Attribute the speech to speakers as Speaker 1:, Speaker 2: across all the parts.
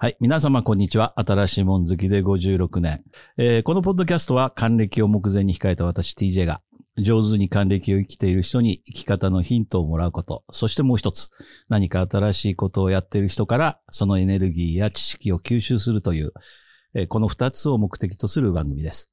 Speaker 1: はい。皆様、こんにちは。新しいもん好きで56年。えーこのポッドキャストは、還暦を目前に控えた私、TJ が、上手に還暦を生きている人に生き方のヒントをもらうこと。そしてもう一つ、何か新しいことをやっている人から、そのエネルギーや知識を吸収するという、えーこの二つを目的とする番組です。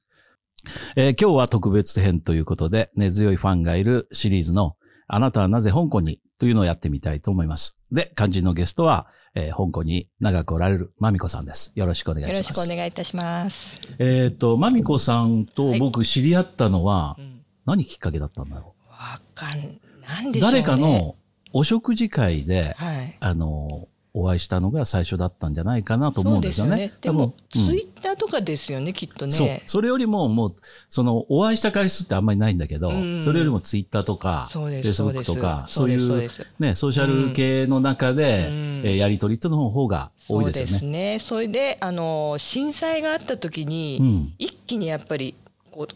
Speaker 1: えー今日は特別編ということで、根強いファンがいるシリーズの、あなたはなぜ香港にというのをやってみたいと思います。で、肝心のゲストは、えー香港に長くおられるまみこさんです。よろしくお願いし
Speaker 2: よ
Speaker 1: ます。
Speaker 2: ろしくお願いいたします。
Speaker 1: えっ、と、まみこさんと僕知り合ったのは、
Speaker 2: ん
Speaker 1: 何きっかけだったんだろ
Speaker 2: わかん、なん
Speaker 1: う。
Speaker 2: でしょうね。
Speaker 1: 誰か、のお食事会で、
Speaker 2: はい。
Speaker 1: あの、お会いしたのが最初だったんじゃないかなと思
Speaker 2: そううんで
Speaker 1: です
Speaker 2: す
Speaker 1: よ
Speaker 2: よ
Speaker 1: ね。
Speaker 2: ね。で
Speaker 1: 多分
Speaker 2: も、
Speaker 1: うん
Speaker 2: ツイッターとかですよね、きっとね。
Speaker 1: そう。それよりも、もう、その、お会いした回数ってあんまりないんだけど、
Speaker 2: ん
Speaker 1: それよりもツイッターとか、
Speaker 2: そ
Speaker 1: フ
Speaker 2: う
Speaker 1: ェ
Speaker 2: で
Speaker 1: イ
Speaker 2: す
Speaker 1: スブックとか、
Speaker 2: そ
Speaker 1: そううい
Speaker 2: ですそう
Speaker 1: う
Speaker 2: ですそうで、
Speaker 1: ね、ソーシャル系の中で、
Speaker 2: うん
Speaker 1: えーやりとりっての方が多い
Speaker 2: そう
Speaker 1: で
Speaker 2: ですす
Speaker 1: よね。
Speaker 2: ね。それで、あの、震災があった時に、
Speaker 1: うん
Speaker 2: 一気にやっぱり、こう、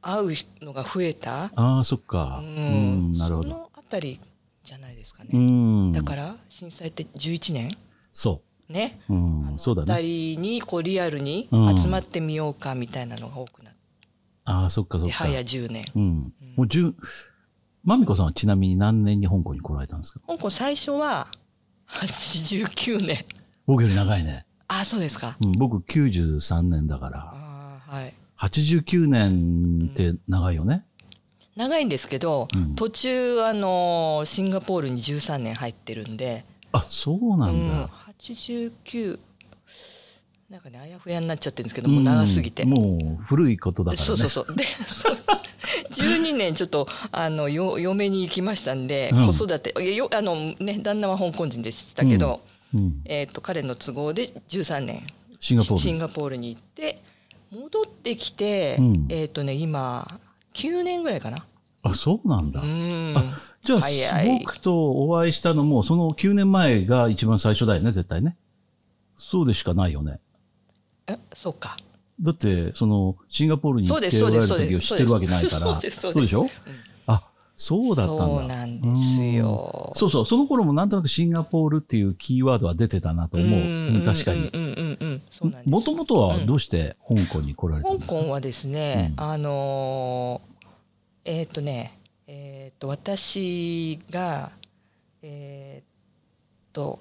Speaker 2: 会うのが増えた。
Speaker 1: ああ、そっか。うん、なるほ
Speaker 2: そ
Speaker 1: ど。
Speaker 2: のあたりじゃないですかね。
Speaker 1: うん。
Speaker 2: だから、震災って11年
Speaker 1: そ
Speaker 2: ね。
Speaker 1: う。うん、そうだね。
Speaker 2: 二人にこうリアルに
Speaker 1: うん
Speaker 2: 集まってみようかみたいなのが多くなっ
Speaker 1: ああ、そっかそってか。
Speaker 2: 早10年
Speaker 1: うん。もう十、まみこさんはちなみに何年に香港に来られたんですか
Speaker 2: 香港最初は89年
Speaker 1: 僕より長いね。
Speaker 2: あそうですか
Speaker 1: うん、僕93年だから。
Speaker 2: あーはい
Speaker 1: 89年って長いよね。
Speaker 2: 長いんですけど、途中あのーシンガポールに13年入ってるんで、
Speaker 1: あ、そうな
Speaker 2: うんん
Speaker 1: だ。、
Speaker 2: 89なんかねあやふやになっちゃってるんですけどもう長すぎて、
Speaker 1: うんもう古いことだからね。
Speaker 2: そうそうそうでそう12年ちょっとあのよ嫁に行きましたんで、
Speaker 1: うん
Speaker 2: 子育ていやよあの、ね、旦那は香港人でしたけど、
Speaker 1: うん。
Speaker 2: えー、と彼の都合で13年
Speaker 1: シンガポ
Speaker 2: シ
Speaker 1: ー
Speaker 2: ン
Speaker 1: ル。
Speaker 2: ガポールに行って戻ってきて、
Speaker 1: うん
Speaker 2: えっ、とね今9年ぐらいかな
Speaker 1: あ、そうなんだ
Speaker 2: う。ん
Speaker 1: じゃあ、
Speaker 2: 早い
Speaker 1: 僕とお会いしたのも、その9年前が一番最初だよね、絶対ね。そうでしかないよね。
Speaker 2: えそうか
Speaker 1: だって、その、シンガポールに行
Speaker 2: そ
Speaker 1: っ
Speaker 2: う
Speaker 1: て
Speaker 2: で
Speaker 1: お
Speaker 2: すそ
Speaker 1: られ
Speaker 2: うで
Speaker 1: る
Speaker 2: すそう
Speaker 1: 時を
Speaker 2: です
Speaker 1: 知ってるわけないから。
Speaker 2: そうです
Speaker 1: そ
Speaker 2: そうう
Speaker 1: で
Speaker 2: です
Speaker 1: しょあ、そうだったんだ。
Speaker 2: そうなんですよ
Speaker 1: そうそう、その頃もなんとなくシンガポールっていうキーワードは出てたなと思う。うん確かに。
Speaker 2: うんうんうんうんそうなんで
Speaker 1: も
Speaker 2: す
Speaker 1: ともとはどうして香港に来られたん
Speaker 2: 香
Speaker 1: ですか
Speaker 2: 港はですね、あのーえっ、とねえっ、と私がえっ、と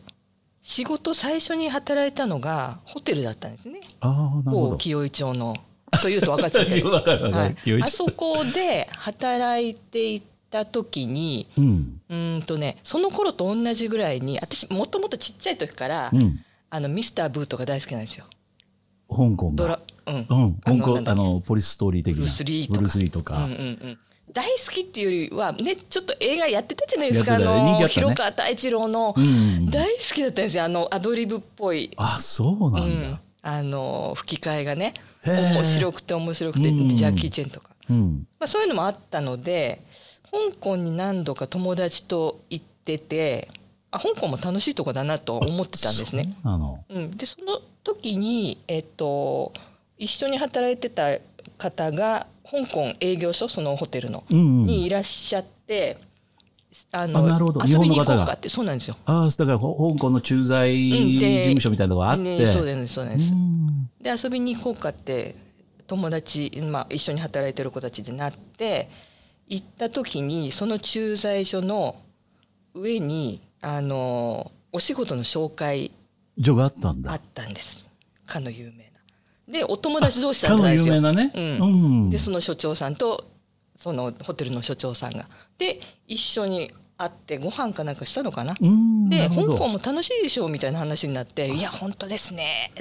Speaker 2: 仕事最初に働いたのがホテルだったんですね
Speaker 1: ああ、なるほ
Speaker 2: 某
Speaker 1: ど。
Speaker 2: 清井町のというと分かっちゃう けど
Speaker 1: わかるわか
Speaker 2: は
Speaker 1: る
Speaker 2: い。
Speaker 1: 清、
Speaker 2: あ
Speaker 1: 一
Speaker 2: そこで働いていた時に
Speaker 1: うん。
Speaker 2: うーんとねその頃と同じぐらいに私もともとちっちゃい時から、
Speaker 1: うん。
Speaker 2: あのミスターブートが大好きなんですよ。
Speaker 1: 香港
Speaker 2: ド
Speaker 1: が
Speaker 2: ラ。うん、
Speaker 1: うん。香港
Speaker 2: なん、だ
Speaker 1: あ
Speaker 2: っけ
Speaker 1: の、ポリスストーリー的な。
Speaker 2: ブルースリーとか
Speaker 1: ブルースリーと
Speaker 2: うん
Speaker 1: か
Speaker 2: うん。うん、大好きっていうよりはねちょっと映画やってたじゃないですか、
Speaker 1: やってたよね人
Speaker 2: あ
Speaker 1: 気あ
Speaker 2: の
Speaker 1: ったね
Speaker 2: 広川太一郎の、
Speaker 1: うんうん
Speaker 2: 大好きだったんですよあのアドリブっぽい、
Speaker 1: あ、そう
Speaker 2: う
Speaker 1: なん
Speaker 2: ん
Speaker 1: だ。、
Speaker 2: あの吹き替えがね
Speaker 1: へー
Speaker 2: 面白くて面白くて、
Speaker 1: うん
Speaker 2: ジャッキー・チェンとか。
Speaker 1: うん。
Speaker 2: まあ、そういうのもあったので香港に何度か友達と行っててあ香港も楽しいとこだなと思ってたんですね。
Speaker 1: そうなの。
Speaker 2: うん、でその時に、えっと一緒に働いてた方が香港営業所そのホテルの、
Speaker 1: うんうん
Speaker 2: にいらっしゃってあ
Speaker 1: あなるほど
Speaker 2: 遊びに
Speaker 1: 日本の
Speaker 2: 行こ
Speaker 1: 方
Speaker 2: う
Speaker 1: が
Speaker 2: かってそうなんですよ。
Speaker 1: ああ、だから、ほ香港の駐在
Speaker 2: うん
Speaker 1: 事
Speaker 2: で
Speaker 1: 務所みたいなのがあって。
Speaker 2: ね、そうですそうです、
Speaker 1: うん
Speaker 2: で遊びに行こうかって友達、まあ、一緒に働いてる子たちでなって行った時にその駐在所の上にあのお仕事の紹介
Speaker 1: ジョブあったん
Speaker 2: あ
Speaker 1: だ
Speaker 2: っ。たんですかの有名な。でお友達同士だ
Speaker 1: か
Speaker 2: ったん
Speaker 1: の
Speaker 2: です
Speaker 1: 有
Speaker 2: よ。
Speaker 1: 名なね。
Speaker 2: うん
Speaker 1: うん
Speaker 2: でその所長さんとそのホテルの所長さんが。で一緒に会ってご飯かなんかしたのかな。
Speaker 1: うんな
Speaker 2: で
Speaker 1: る
Speaker 2: 香
Speaker 1: ほど
Speaker 2: 港も楽しいでしょうみたいな話になって「いや本当ですね」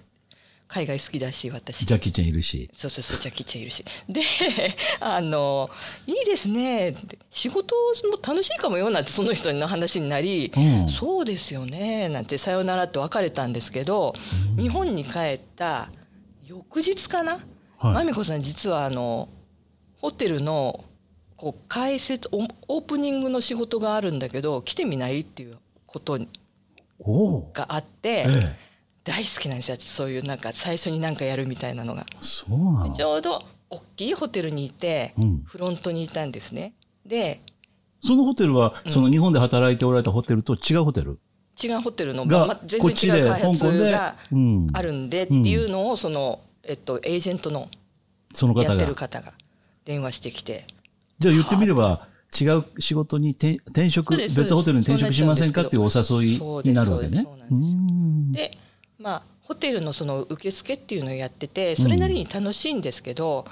Speaker 2: 海外好きだし私
Speaker 1: ジャッキーちゃんいるし。
Speaker 2: そうそうそう、ジャッキーチェンいるし。で、 あの、いいですね。って仕事も楽しいかもよ、なんてその人の話になり、
Speaker 1: うん
Speaker 2: そうですよね、なんてさよならって別れたんですけど、日本に帰った翌日かな、
Speaker 1: はい
Speaker 2: まみこさん実はあの、ホテルのこう解説オ、オープニングの仕事があるんだけど、来てみないっていうこと
Speaker 1: おお。
Speaker 2: があって、
Speaker 1: え
Speaker 2: 大好きなんですよ、そういうなんか最初になんかやるみたいなのが。
Speaker 1: え、そうなの
Speaker 2: ち。ょうど大きいホテルにいて、
Speaker 1: うん
Speaker 2: フロントにいたんですね。で、
Speaker 1: そのホテルは、その日本で働いておられたホテルと違うホテル。
Speaker 2: 違うホテルの、
Speaker 1: が
Speaker 2: まあ全
Speaker 1: こっち
Speaker 2: 然違
Speaker 1: で
Speaker 2: う開
Speaker 1: 香港
Speaker 2: 発
Speaker 1: で
Speaker 2: が
Speaker 1: うん
Speaker 2: あるんでっていうのをその、えっと、エージェントの
Speaker 1: その
Speaker 2: や
Speaker 1: 方
Speaker 2: って
Speaker 1: が
Speaker 2: る。方が電話してきて
Speaker 1: じゃあ言ってみれば、違う仕事に転転職、
Speaker 2: そうですそうで
Speaker 1: 別
Speaker 2: す
Speaker 1: ホテルに転職しませんかっていうお誘いになるわけねう
Speaker 2: そうで。すそうですそうなんです
Speaker 1: ん
Speaker 2: でまあホテルのその受付っていうのをやっててそれなりに楽しいんですけど、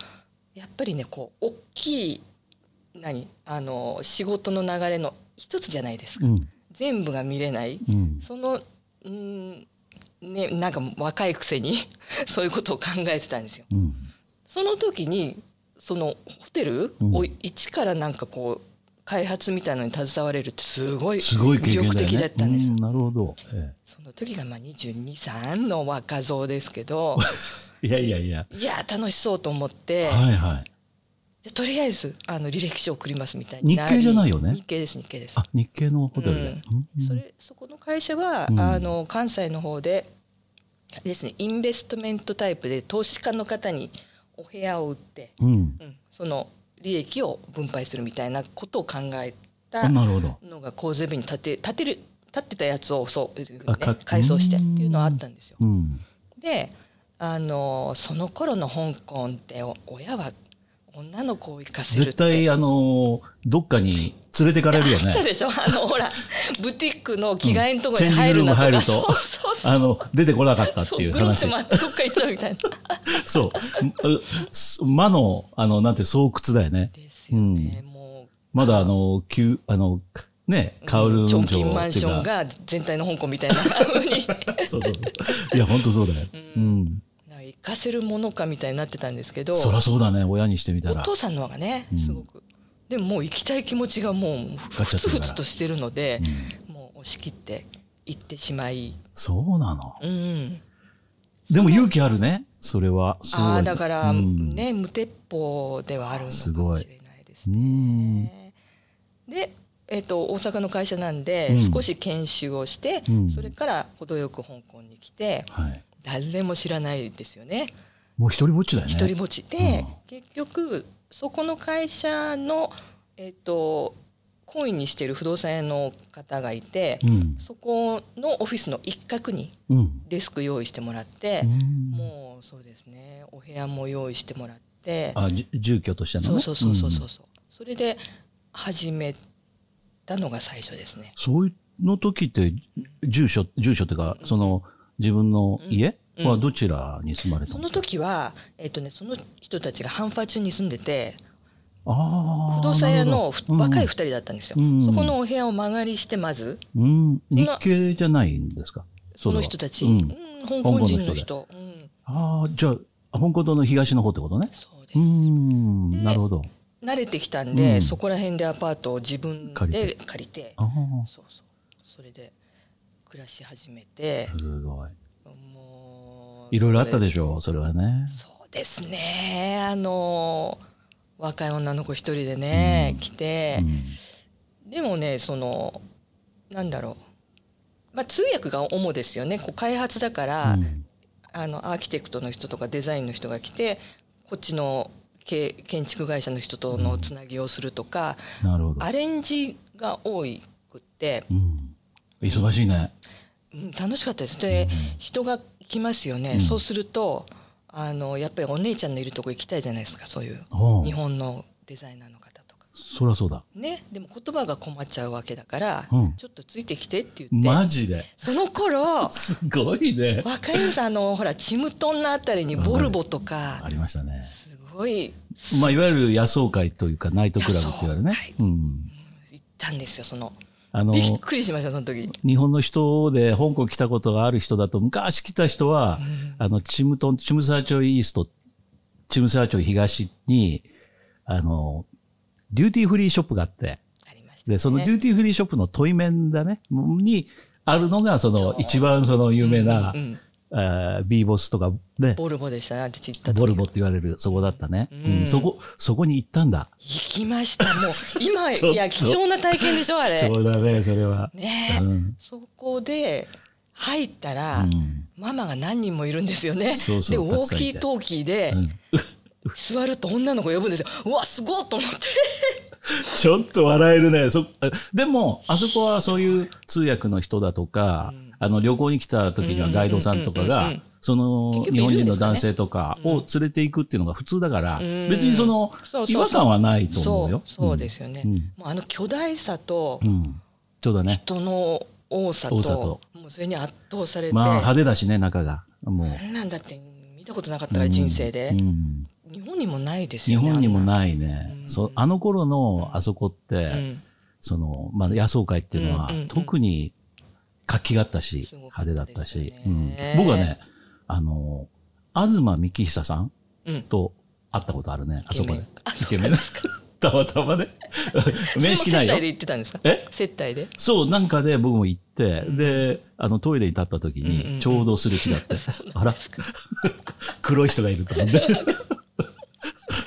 Speaker 2: やっぱりねこう大きい何あの仕事の流れの一つじゃないですか、
Speaker 1: うん
Speaker 2: 全部が見れない、
Speaker 1: うん
Speaker 2: そのうんねなんか若いくせに そういうことを考えてたんですよ。
Speaker 1: うん
Speaker 2: その時にそのホテル
Speaker 1: うん
Speaker 2: を一からなんかこう開発みたいのに携われるってすごい
Speaker 1: すごい経験
Speaker 2: 魅力
Speaker 1: だよ
Speaker 2: 的
Speaker 1: ね。
Speaker 2: だったんです
Speaker 1: う。なるほど。え
Speaker 2: その時がまあ2223の若造です けど
Speaker 1: えいやいやいや。
Speaker 2: いやー楽しそうと思って、
Speaker 1: はいはい。
Speaker 2: でとりあえずあの履歴書を送りますみたい
Speaker 1: 日
Speaker 2: に
Speaker 1: 系
Speaker 2: り
Speaker 1: じゃないよね
Speaker 2: 日系です日系です
Speaker 1: あ、日系のホテルで。
Speaker 2: うんそれそこの会社は、
Speaker 1: うん
Speaker 2: あの関西の方でですねインベストメントタイプで投資家の方にお部屋を売って、
Speaker 1: うんうん。
Speaker 2: うん、その利益を分配するみたいなことを考えた
Speaker 1: あなるほど。
Speaker 2: のが構成部に立て立てる立ってたやつをそう、ね
Speaker 1: あか、
Speaker 2: 改装してっていうのはあったんですよ。
Speaker 1: うん。
Speaker 2: であのその頃の香港ってお親は女の子を生かせるっ
Speaker 1: 絶
Speaker 2: て
Speaker 1: 対、あのー、どっかに連れてかれるよ
Speaker 2: あ
Speaker 1: ね
Speaker 2: った。でしょあのほらブティックの着替えのところ
Speaker 1: チェ
Speaker 2: に
Speaker 1: ンジ
Speaker 2: 入
Speaker 1: ルー
Speaker 2: る
Speaker 1: ム
Speaker 2: なとか、
Speaker 1: 入る
Speaker 2: そ
Speaker 1: と
Speaker 2: うそう、
Speaker 1: あ
Speaker 2: そう
Speaker 1: の、出てこなかったっ
Speaker 2: そう
Speaker 1: ていう
Speaker 2: ぐるっ
Speaker 1: 話
Speaker 2: て。回ってどっか行っちゃうみたいな
Speaker 1: そう。うす魔の、あの、なんていう、巣窟だよね。
Speaker 2: ですよね、もう
Speaker 1: まだあの、旧、あの、ね、カウル
Speaker 2: う
Speaker 1: 運
Speaker 2: ん
Speaker 1: 城っ
Speaker 2: チョン
Speaker 1: てい
Speaker 2: キンマンション
Speaker 1: うか。
Speaker 2: が全体の香港みたいな風に
Speaker 1: そうそうそう。いや、本当そうだよ。うん。
Speaker 2: なんか行かせるものかみたいになってたんですけど
Speaker 1: そりゃそうだね、親にしてみた
Speaker 2: お
Speaker 1: ら。
Speaker 2: 父さんの方がねすごく、でももう行きたい気持ちがもう
Speaker 1: ちゃ
Speaker 2: ふ
Speaker 1: ってるから
Speaker 2: つふつとしてるので、もう押し切って行ってしまい、
Speaker 1: そうなの。
Speaker 2: うん、
Speaker 1: でも勇気あるね、それは。すごい
Speaker 2: ああだから、
Speaker 1: うん
Speaker 2: ね無鉄砲ではあるの
Speaker 1: す
Speaker 2: か
Speaker 1: ご
Speaker 2: も
Speaker 1: い
Speaker 2: しれないです
Speaker 1: う
Speaker 2: ね。
Speaker 1: ん
Speaker 2: で、えっと大阪の会社なんで、
Speaker 1: うん
Speaker 2: 少し研修をして、
Speaker 1: うん
Speaker 2: それから程よく香港に来て
Speaker 1: はい。
Speaker 2: 誰も知らないですよね。
Speaker 1: もう一人ぼっちだよね。
Speaker 2: 一人ぼっちで、
Speaker 1: うん
Speaker 2: 結局そこの会社のえっ、と懇意にしてる不動産屋の方がいて、
Speaker 1: うん。
Speaker 2: そこのオフィスの一角に
Speaker 1: うん。
Speaker 2: デスク用意してもらって
Speaker 1: う、ん
Speaker 2: もうそうですねお部屋も用意してもらって
Speaker 1: あ、じ住居としての
Speaker 2: そ
Speaker 1: ね。
Speaker 2: うそうそうそうそ
Speaker 1: ん
Speaker 2: うそうそれで始めたのが最初ですね。
Speaker 1: そういうの時って、住所、住所っていうか、その、自分の家
Speaker 2: うん
Speaker 1: はどちらに住まれた
Speaker 2: そ
Speaker 1: の
Speaker 2: の時は、えっとね、その人たちがハンファ中に住んでて
Speaker 1: ああ。
Speaker 2: 不動産屋
Speaker 1: なる
Speaker 2: の
Speaker 1: ほ
Speaker 2: ふ
Speaker 1: ど
Speaker 2: 若い2人だったんですよ、
Speaker 1: うん
Speaker 2: そこのお部屋を間借りしてまず
Speaker 1: うん、
Speaker 2: そ
Speaker 1: 日
Speaker 2: の
Speaker 1: 系じゃないんですか
Speaker 2: その人たち、うん香港人の人、うん、
Speaker 1: ああ、じゃあ、香港島の東の方ってことね。
Speaker 2: そうです、
Speaker 1: うーん、
Speaker 2: で
Speaker 1: なるほど。
Speaker 2: 慣れてきたんで、
Speaker 1: うん
Speaker 2: そこら辺でアパートを自分で
Speaker 1: 借
Speaker 2: 借
Speaker 1: り
Speaker 2: り
Speaker 1: て
Speaker 2: て
Speaker 1: ああ、
Speaker 2: そうそうそれで暮らし始めて
Speaker 1: すごい。
Speaker 2: もう
Speaker 1: いろいろあった
Speaker 2: し
Speaker 1: でしょう、それはね。
Speaker 2: そうですねあの若い女の子一人でね、来て、でもねそのなんだろう、まあ、通訳が主ですよねこう開発だから、
Speaker 1: うん
Speaker 2: あのアーキテクトの人とかデザインの人が来てこっちのけ建築会社の人とのつなぎをするとか、
Speaker 1: なるほど
Speaker 2: ア。レンジが多いくって、
Speaker 1: うん。忙しいね。
Speaker 2: うん、楽しかったですで、人が来ますよね、そうするとあのやっぱりお姉ちゃんのいるとこ行きたいじゃないですかそういう
Speaker 1: ほう
Speaker 2: 日本のデザイナーの方とか。
Speaker 1: そりゃそうだ。
Speaker 2: ね、でも言葉が困っちゃうわけだから、
Speaker 1: うん
Speaker 2: ちょっとついてきてって言って、
Speaker 1: マジ で。
Speaker 2: その頃
Speaker 1: すごいね。
Speaker 2: 若いさんあのほらちむとんのあたりにボルボと
Speaker 1: あ
Speaker 2: か
Speaker 1: りましたね。
Speaker 2: すごい
Speaker 1: まあ、いわゆる野草会というか、ナイトクラブって言われるね
Speaker 2: 野草。
Speaker 1: うん。
Speaker 2: 行ったんですよその
Speaker 1: あの、
Speaker 2: びっくりしましたその時
Speaker 1: 日本の人で香港来たことがある人だと、昔来た人は、あの、チムトン、チムサーチョイイースト、チムサーチョイ東に、あの、デューティーフリーショップがあって、
Speaker 2: ありましたね
Speaker 1: で、そのデューティーフリーショップの問い面だね、にあるのが、その、一番その有名な、あービーボスとかね、
Speaker 2: ボルボでしたね私行った時
Speaker 1: ボルボって言われる、そこだったね。うんそこ、そこに行ったんだ。
Speaker 2: 行きましたもう今
Speaker 1: ちょっと
Speaker 2: いや貴重な体験でしょあれ
Speaker 1: 貴重だね、それは。
Speaker 2: ねえ、
Speaker 1: うん
Speaker 2: そこで入ったら、
Speaker 1: ん
Speaker 2: ママが何人もいるんですよね
Speaker 1: そうそう
Speaker 2: で
Speaker 1: た
Speaker 2: ウ
Speaker 1: く
Speaker 2: ォ
Speaker 1: さんい
Speaker 2: ーキ
Speaker 1: て
Speaker 2: ートーキーで、座ると女の子呼ぶんですようわすごっと思って
Speaker 1: ちょっと笑えるね。そでも、あそこはそういう通訳の人だとか、
Speaker 2: うん
Speaker 1: あの旅行に来た時にはガイドさんとか
Speaker 2: うんうんうん
Speaker 1: が
Speaker 2: うん、
Speaker 1: その日
Speaker 2: 結局いるん
Speaker 1: 本
Speaker 2: ですかね
Speaker 1: 人の男性とかを連れていくっていうのが普通だから、
Speaker 2: うん
Speaker 1: 別にその
Speaker 2: そうそうそう
Speaker 1: 違和感はないと思
Speaker 2: そう
Speaker 1: よ。
Speaker 2: う。そうですすよね、
Speaker 1: うん
Speaker 2: もうあの巨大さと
Speaker 1: うん。そうだね。
Speaker 2: 人の多さと,、
Speaker 1: 多さと
Speaker 2: もうそれに圧倒されて、
Speaker 1: まあ派手だしね、中が。もう。
Speaker 2: あんなんだって見たことなかったから人生で、
Speaker 1: うん
Speaker 2: 日本にもないです
Speaker 1: 日
Speaker 2: よね
Speaker 1: 本にも
Speaker 2: い、
Speaker 1: ないね。
Speaker 2: うん
Speaker 1: そうあの頃のあそこって、
Speaker 2: あんなうん
Speaker 1: その、まあ、野草会っていうのは、
Speaker 2: うんうんうん
Speaker 1: 特に活気があったし、
Speaker 2: すごか
Speaker 1: 派手
Speaker 2: った
Speaker 1: だったし、
Speaker 2: ですよね
Speaker 1: うん僕はね、あの、東幹久さん
Speaker 2: うん
Speaker 1: と会ったことあるね、あ
Speaker 2: イケ
Speaker 1: そこ
Speaker 2: メ
Speaker 1: で
Speaker 2: ン。あそうなん
Speaker 1: イケメン
Speaker 2: ですか
Speaker 1: たまた まね。
Speaker 2: それ
Speaker 1: 面
Speaker 2: も
Speaker 1: 識
Speaker 2: 接
Speaker 1: な
Speaker 2: 待
Speaker 1: い
Speaker 2: で
Speaker 1: よ。
Speaker 2: 行ってたんですか
Speaker 1: え
Speaker 2: 接待で
Speaker 1: そう、なんかで僕も行って、で、あの、トイレに立った時
Speaker 2: うんうんうん
Speaker 1: に、ちょうどすれ違 って、あら、 黒い人がいると思って。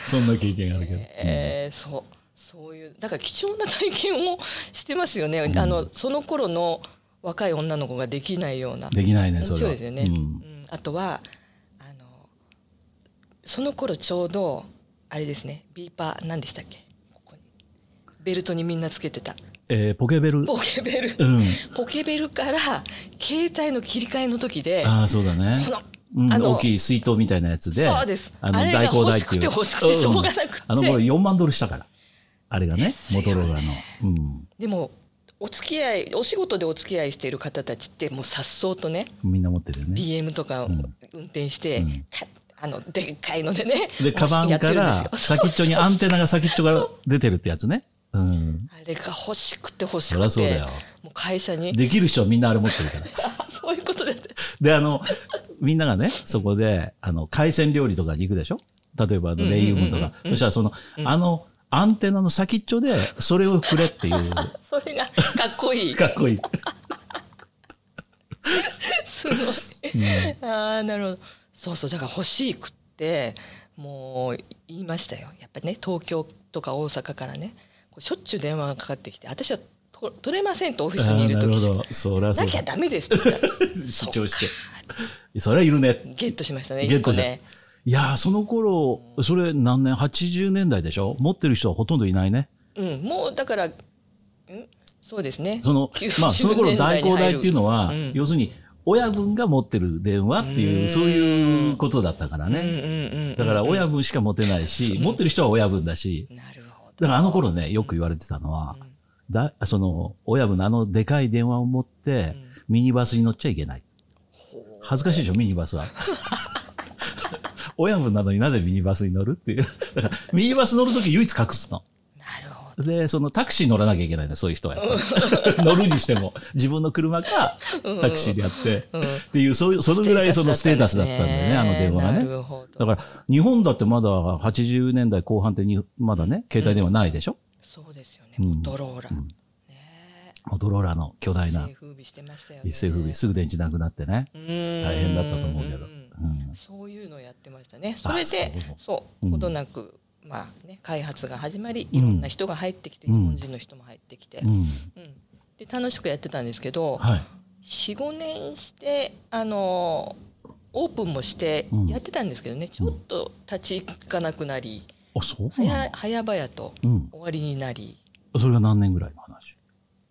Speaker 1: そんな経験があるけど。
Speaker 2: えーそうそういうだから貴重な体験をしてますよね、あのその頃の若い女の子ができないような
Speaker 1: できないね、
Speaker 2: 面
Speaker 1: それは。
Speaker 2: 白いですよね、
Speaker 1: う
Speaker 2: うんんあとはあのその頃ちょうどあれですねビーパー何でしたっけここにベルトにみんなつけてた
Speaker 1: えーポケベル。
Speaker 2: ポケベル、
Speaker 1: うん。
Speaker 2: ポケベルから携帯の切り替えの時で
Speaker 1: ああ、そうだね。
Speaker 2: この
Speaker 1: うん
Speaker 2: あの
Speaker 1: 大きい水筒みたいなやつで。
Speaker 2: そうです
Speaker 1: あの、
Speaker 2: あれが
Speaker 1: 大工代っていう。
Speaker 2: 欲しくて欲しくてしょうがなくて
Speaker 1: あの頃4万ドルしたから。あれがね
Speaker 2: で、す
Speaker 1: モ
Speaker 2: よね
Speaker 1: トローラの。うん。
Speaker 2: でもお付き合いお仕事でお付き合いしている方たちってもう颯爽とね
Speaker 1: みんな持ってるよね。
Speaker 2: BM とかを運転して、
Speaker 1: ん
Speaker 2: かあのでっかいのでね
Speaker 1: で、カバン
Speaker 2: やって
Speaker 1: か
Speaker 2: るんで
Speaker 1: ら
Speaker 2: すよ
Speaker 1: 先っちょにアンテナが先っちょから出てるってやつね。うん。
Speaker 2: あれが欲しくて欲し
Speaker 1: そり
Speaker 2: く
Speaker 1: ゃそうだ
Speaker 2: て
Speaker 1: よ
Speaker 2: もう会社に
Speaker 1: できる人はみんなあれ持ってるから。
Speaker 2: あ そういうことだって
Speaker 1: で、あの、みんながね、そこで、あの、海鮮料理とかに行くでしょ例えば、あの、レイユムとか。そしたら、その、あの、アンテナの先っちょで、それをくれっていう。
Speaker 2: それがかっ こいい
Speaker 1: かっこいい。
Speaker 2: すごい、ああなるほどそうそうだから欲しくってもう言いましたよやっぱね東京とか大阪からねこうしょっちゅう電話がかかってきて私はと取れませんとオフィスにいる
Speaker 1: あー
Speaker 2: 時
Speaker 1: なるほど。そりゃそ
Speaker 2: な
Speaker 1: う
Speaker 2: きゃ
Speaker 1: だ。
Speaker 2: ダメですって言ったら
Speaker 1: 主張して。それはいるね。
Speaker 2: ゲットしましたね
Speaker 1: ゲッ
Speaker 2: 一個
Speaker 1: トじゃん
Speaker 2: ね
Speaker 1: いやー、その頃、それ何年 ?80 年代でしょ持ってる人はほとんどいないね。
Speaker 2: うんもうだからんそうですね
Speaker 1: その、まあ、その頃代行代っていうのは、
Speaker 2: うん
Speaker 1: 要するに、親分が持ってる電話っていう、そういうことだったからね。だから親分しか持てないし、持ってる人は親分だし、
Speaker 2: なるほど
Speaker 1: だからあの頃ね、よく言われてたのは、だその親分のあのでかい電話を持って、ミニバスに乗っちゃいけない。恥ずかしいでしょ、ミニバスは。親分なのになぜミニバスに乗るっていう。 だからミニバス乗るとき唯一隠すの。
Speaker 2: なるほど
Speaker 1: で、そのタクシー乗らなきゃいけないの、そういう人はやっぱり。 乗るにしても、自分の車か、タクシーでやって、っていう、そういう、それぐらいそのステータスだったんだよね、あの電話が
Speaker 2: な
Speaker 1: ね。
Speaker 2: るほど
Speaker 1: だから、日本だってまだ80年代後半ってに、まだね、携帯電話ないでしょ、
Speaker 2: そうですよねモトローラ
Speaker 1: モトローラの巨大
Speaker 2: 一
Speaker 1: な
Speaker 2: 世風靡してましたよね
Speaker 1: 一世風靡、すぐ電池なくなってね、大変だったと思うけど。うん
Speaker 2: そういうのをやってましたねそれでそうほどなくまあね開発が始まりいろんな人が入ってきて日本人の人も入ってきて
Speaker 1: うん。
Speaker 2: うんで楽しくやってたんですけど
Speaker 1: はい。
Speaker 2: 45年してあのオープンもして
Speaker 1: うん
Speaker 2: やってたんですけどね、ちょっと立ち行かなくなり、
Speaker 1: あ、そう
Speaker 2: はや早々と
Speaker 1: うん。
Speaker 2: 終わりになり
Speaker 1: それが何年ぐらいの話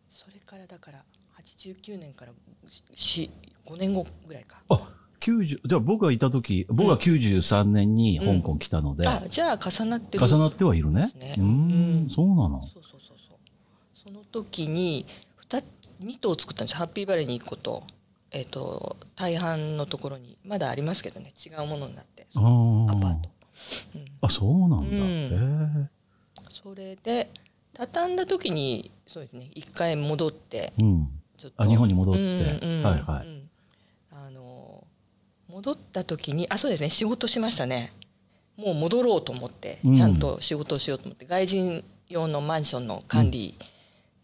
Speaker 2: それからだから89年からし5年後ぐらいか。
Speaker 1: あ、90、じゃあ僕がいた時、僕は93年に香港来たので、
Speaker 2: あじゃあ重なってる
Speaker 1: 重なってはいるね
Speaker 2: そうですね。
Speaker 1: うーん
Speaker 2: う、ん
Speaker 1: そうなの。
Speaker 2: そうそうそうそうその時に 2, 2頭作ったんですハッピーバレーに1個と,、えっと大半のところにまだありますけどね違うものになってそのア
Speaker 1: あ
Speaker 2: パ
Speaker 1: ー
Speaker 2: ート。うん
Speaker 1: あ、そうなんだ。
Speaker 2: うん
Speaker 1: へ
Speaker 2: それで畳んだ時にそうですね一回戻って
Speaker 1: え。うん。
Speaker 2: ちょっと
Speaker 1: あ、日本に戻って。
Speaker 2: うんうん
Speaker 1: はいは
Speaker 2: う
Speaker 1: い。
Speaker 2: んあの戻った時にあそうですね仕事しましたねもう戻ろうと思って
Speaker 1: うん
Speaker 2: ちゃんと仕事をしようと思って、外人用のマンションの管理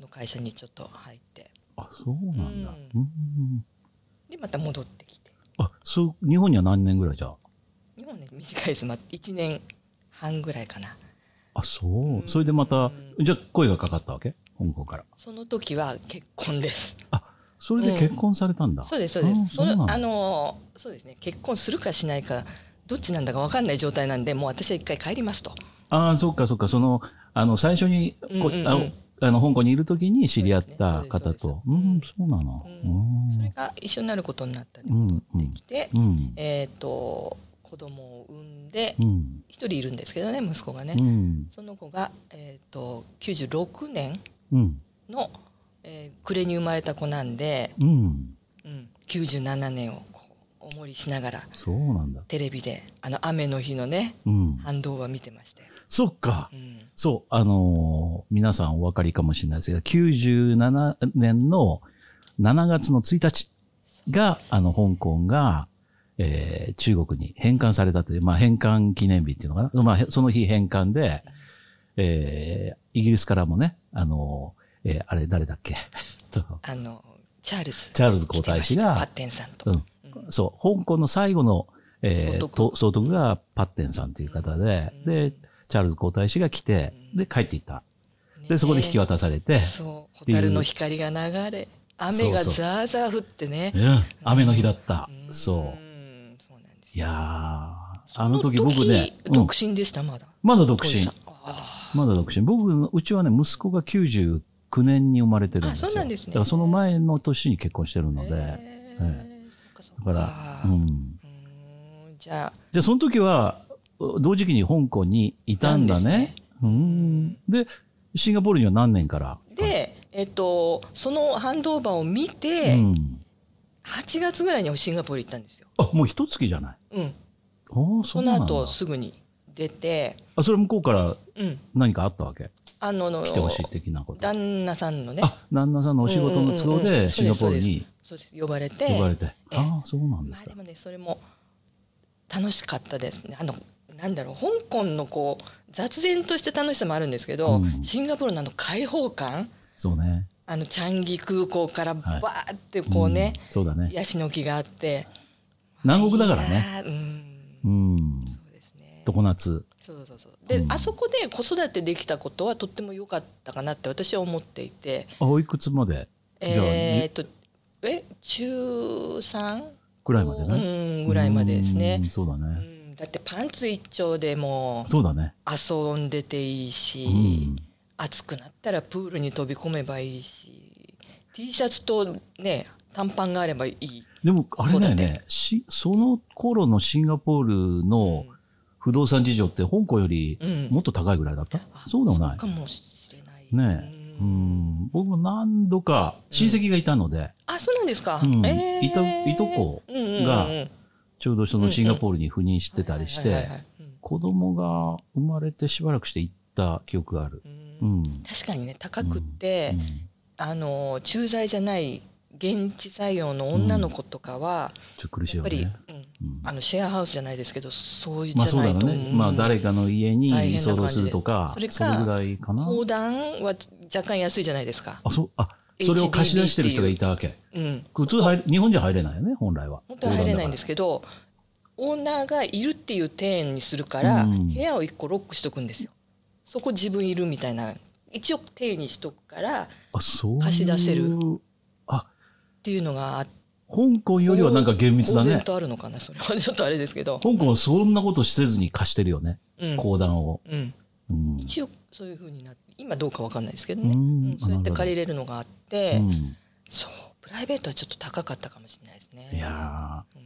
Speaker 2: の会社にちょっと入って
Speaker 1: あ、そうなんだ。う
Speaker 2: うん
Speaker 1: ん。
Speaker 2: でまた戻ってきて
Speaker 1: あ、そう、日本には何年ぐらいじゃあ
Speaker 2: 日本ね短いです、まあ、1年半ぐらいかな
Speaker 1: あ、そうう。
Speaker 2: ん
Speaker 1: それでまた、じゃあ声がかかったわけ香港から。
Speaker 2: その時は結婚です
Speaker 1: あ、それで結婚されたんだ。
Speaker 2: そうですそうで
Speaker 1: あ
Speaker 2: す。そ
Speaker 1: な
Speaker 2: の
Speaker 1: んだ
Speaker 2: あのそうですね結婚するかしないかどっちなんだかわかんない状態なんでもう私は一回帰りますと。
Speaker 1: ああ、そっかそっか。その、あの、最初に、こ
Speaker 2: うんうんうん
Speaker 1: あのあの、香港にいる時に知り合っ
Speaker 2: そ
Speaker 1: た
Speaker 2: うですねそう
Speaker 1: 方
Speaker 2: ですそう
Speaker 1: と。
Speaker 2: で
Speaker 1: うん、そうなの。
Speaker 2: う
Speaker 1: うん
Speaker 2: それ
Speaker 1: ん
Speaker 2: が一緒になることになったんで
Speaker 1: うん
Speaker 2: 戻ってきて、
Speaker 1: うん。
Speaker 2: えっ、と子供を産んで
Speaker 1: うん。
Speaker 2: 一人いるんですけどね息子がね、
Speaker 1: うん。
Speaker 2: その子が、えー、と96年
Speaker 1: うん。
Speaker 2: の、えー暮れに生まれた子なんで、
Speaker 1: うん。
Speaker 2: うん、97年をこうおもりしながら
Speaker 1: そうなんだ。
Speaker 2: テレビであの雨の日のね
Speaker 1: うん。
Speaker 2: 反動は見てましたよ。
Speaker 1: そっか
Speaker 2: う。ん
Speaker 1: そう、あのー皆さんお分かりかもしれないですけど、97年の7月の1日が、あの、香港が、えー中国に返還されたという、まあ、返還記念日っていうのかな。まあ、へその日返還で、えーイギリスからもね、あのーえーあれ誰だっけ と
Speaker 2: あのチャールズ
Speaker 1: チャールズ皇太子が
Speaker 2: 来てましたパッテンさんと、
Speaker 1: うん、そう、香港の最後の、えー、
Speaker 2: 総督
Speaker 1: と総督がパッテンさんという方で、で、チャールズ皇太子が来て、で、帰っていった。で、そこで引き
Speaker 2: 渡
Speaker 1: 渡されて、
Speaker 2: そう蛍の光が流れ雨が
Speaker 1: そうそう
Speaker 2: ザーザー降ってね
Speaker 1: うん、雨の日だった。そうう。
Speaker 2: んそうなんです
Speaker 1: いやー
Speaker 2: よ
Speaker 1: あの時僕ね、うん
Speaker 2: 独身でしたまだ
Speaker 1: まだ独身
Speaker 2: 小。井さんあ
Speaker 1: まだ独身。僕の、うちはね、息子が99年に生まれてるんですよ。
Speaker 2: あそうなんですね
Speaker 1: だからその前の年に結婚してるの
Speaker 2: ー
Speaker 1: で。
Speaker 2: へ
Speaker 1: え
Speaker 2: ーそっかそ
Speaker 1: だ
Speaker 2: っ
Speaker 1: から
Speaker 2: か、
Speaker 1: うん。
Speaker 2: うーんじゃあ
Speaker 1: じゃあその時は、同時期に香港にいたんだね。うん。で、シンガポールには何年から
Speaker 2: でえっとそのハンドーバーを見て、
Speaker 1: うん。
Speaker 2: 8月ぐらいにシンガポール行ったんですよ、
Speaker 1: あ、もう一月じゃない。
Speaker 2: うん、
Speaker 1: おお、そ
Speaker 2: そう
Speaker 1: な
Speaker 2: の
Speaker 1: んだ。
Speaker 2: 後すぐに出て、
Speaker 1: あ、それ向こうから
Speaker 2: うん、
Speaker 1: 何かあったわけ
Speaker 2: あのの
Speaker 1: 来てほしい的なこと。
Speaker 2: 旦那さんのね
Speaker 1: あ、旦那さんのお仕事の都合
Speaker 2: うんうんうんう
Speaker 1: で
Speaker 2: ん
Speaker 1: シンガポールに
Speaker 2: そうですそうです呼ばれて
Speaker 1: 呼ばれて。
Speaker 2: え
Speaker 1: ああ、そうなんで
Speaker 2: ますあ
Speaker 1: か
Speaker 2: で。もねそれも楽しかったですねあのなんだろう香港のこう雑然とした楽しさもあるんですけど、
Speaker 1: うん
Speaker 2: シンガポールのあの開放感
Speaker 1: そうね。
Speaker 2: あのチャンギ空港からバーってこう
Speaker 1: うん
Speaker 2: ね、
Speaker 1: そうだね。
Speaker 2: ヤシの木があって
Speaker 1: 南国だからね。
Speaker 2: いいなあうん
Speaker 1: うん。
Speaker 2: そうですね
Speaker 1: 常夏。
Speaker 2: そうそうそうそうで、
Speaker 1: うん
Speaker 2: あそこで子育てできたことはとっても良かったかなって私は思っていて
Speaker 1: あ、おいくつまでじゃあ
Speaker 2: えー、っ
Speaker 1: じ
Speaker 2: とえ中三
Speaker 1: くらいまでね。
Speaker 2: うんぐらいまでですね
Speaker 1: うん。そうだ
Speaker 2: う
Speaker 1: ね。
Speaker 2: んだってパンツ一丁でもう
Speaker 1: そうだね。
Speaker 2: 遊んでていいうし、
Speaker 1: ん。
Speaker 2: 暑くなったらプールに飛び込めばいいし T シャツとね短パンがあればいい、
Speaker 1: でも、あれだよ
Speaker 2: そうだ
Speaker 1: ね。し、その頃のシンガポールの不動産事情って香港より
Speaker 2: うん
Speaker 1: もっと高いぐらいだったそうでもない
Speaker 2: か。もしれない
Speaker 1: ねえ。う
Speaker 2: うん
Speaker 1: ん。僕も何度か親戚がいたので、
Speaker 2: あそうなんですか、
Speaker 1: うん
Speaker 2: えー
Speaker 1: いといとこが
Speaker 2: うんうんうんうん
Speaker 1: ちょうどそのシンガポールに赴任してたりし
Speaker 2: はいはい
Speaker 1: て
Speaker 2: はい、はいうん
Speaker 1: 子供が生まれてしばらくして行った記憶がある。
Speaker 2: う
Speaker 1: うんん。
Speaker 2: 確かにね高くって、
Speaker 1: うん
Speaker 2: あの駐在じゃない現地採用の女の子とかは、
Speaker 1: ちょっと苦しい
Speaker 2: やっ
Speaker 1: よ
Speaker 2: ぱり、
Speaker 1: ね。
Speaker 2: うん
Speaker 1: うん
Speaker 2: あのシェアハウスじゃないですけどそういう
Speaker 1: まあ
Speaker 2: じ
Speaker 1: そ
Speaker 2: ゃ
Speaker 1: うだ
Speaker 2: ない
Speaker 1: ろ
Speaker 2: と
Speaker 1: う
Speaker 2: 思う、
Speaker 1: ね。まあ誰かの家に
Speaker 2: 大変な
Speaker 1: 相
Speaker 2: 感
Speaker 1: 談
Speaker 2: じ
Speaker 1: す
Speaker 2: で
Speaker 1: るとか、
Speaker 2: それか
Speaker 1: それぐらいかな。
Speaker 2: 砲弾は若干安いじゃないですか、
Speaker 1: あ、そう、あ、それを貸し出してる人がいたわけ。
Speaker 2: うん、
Speaker 1: 普通入れ、日本じゃ入れないよね、本来は。
Speaker 2: 本当は入れないんですすけどオーナーがいるっていう庭園にするから、
Speaker 1: うん
Speaker 2: 部屋を一個ロックしとくんですよそこ自分いるみたいな一応庭園にしとくからっ
Speaker 1: あ、そういう。
Speaker 2: 貸し出せる
Speaker 1: あ、
Speaker 2: ていうのがあって
Speaker 1: 香港よりはなんか厳密だ
Speaker 2: 公
Speaker 1: ね
Speaker 2: 然。とあるのかなそれは ちょっとあれですけど、
Speaker 1: 香港はそんなことせずに貸してるよね。
Speaker 2: うん
Speaker 1: 公団を。
Speaker 2: うん、
Speaker 1: うん。
Speaker 2: 一応そういうふうになって今どうかわかんないですけどね、
Speaker 1: う
Speaker 2: うんん、そうやって借りれるのがあって、
Speaker 1: うん
Speaker 2: そうプライベートはちょっと高かったかもしれないですね
Speaker 1: いやー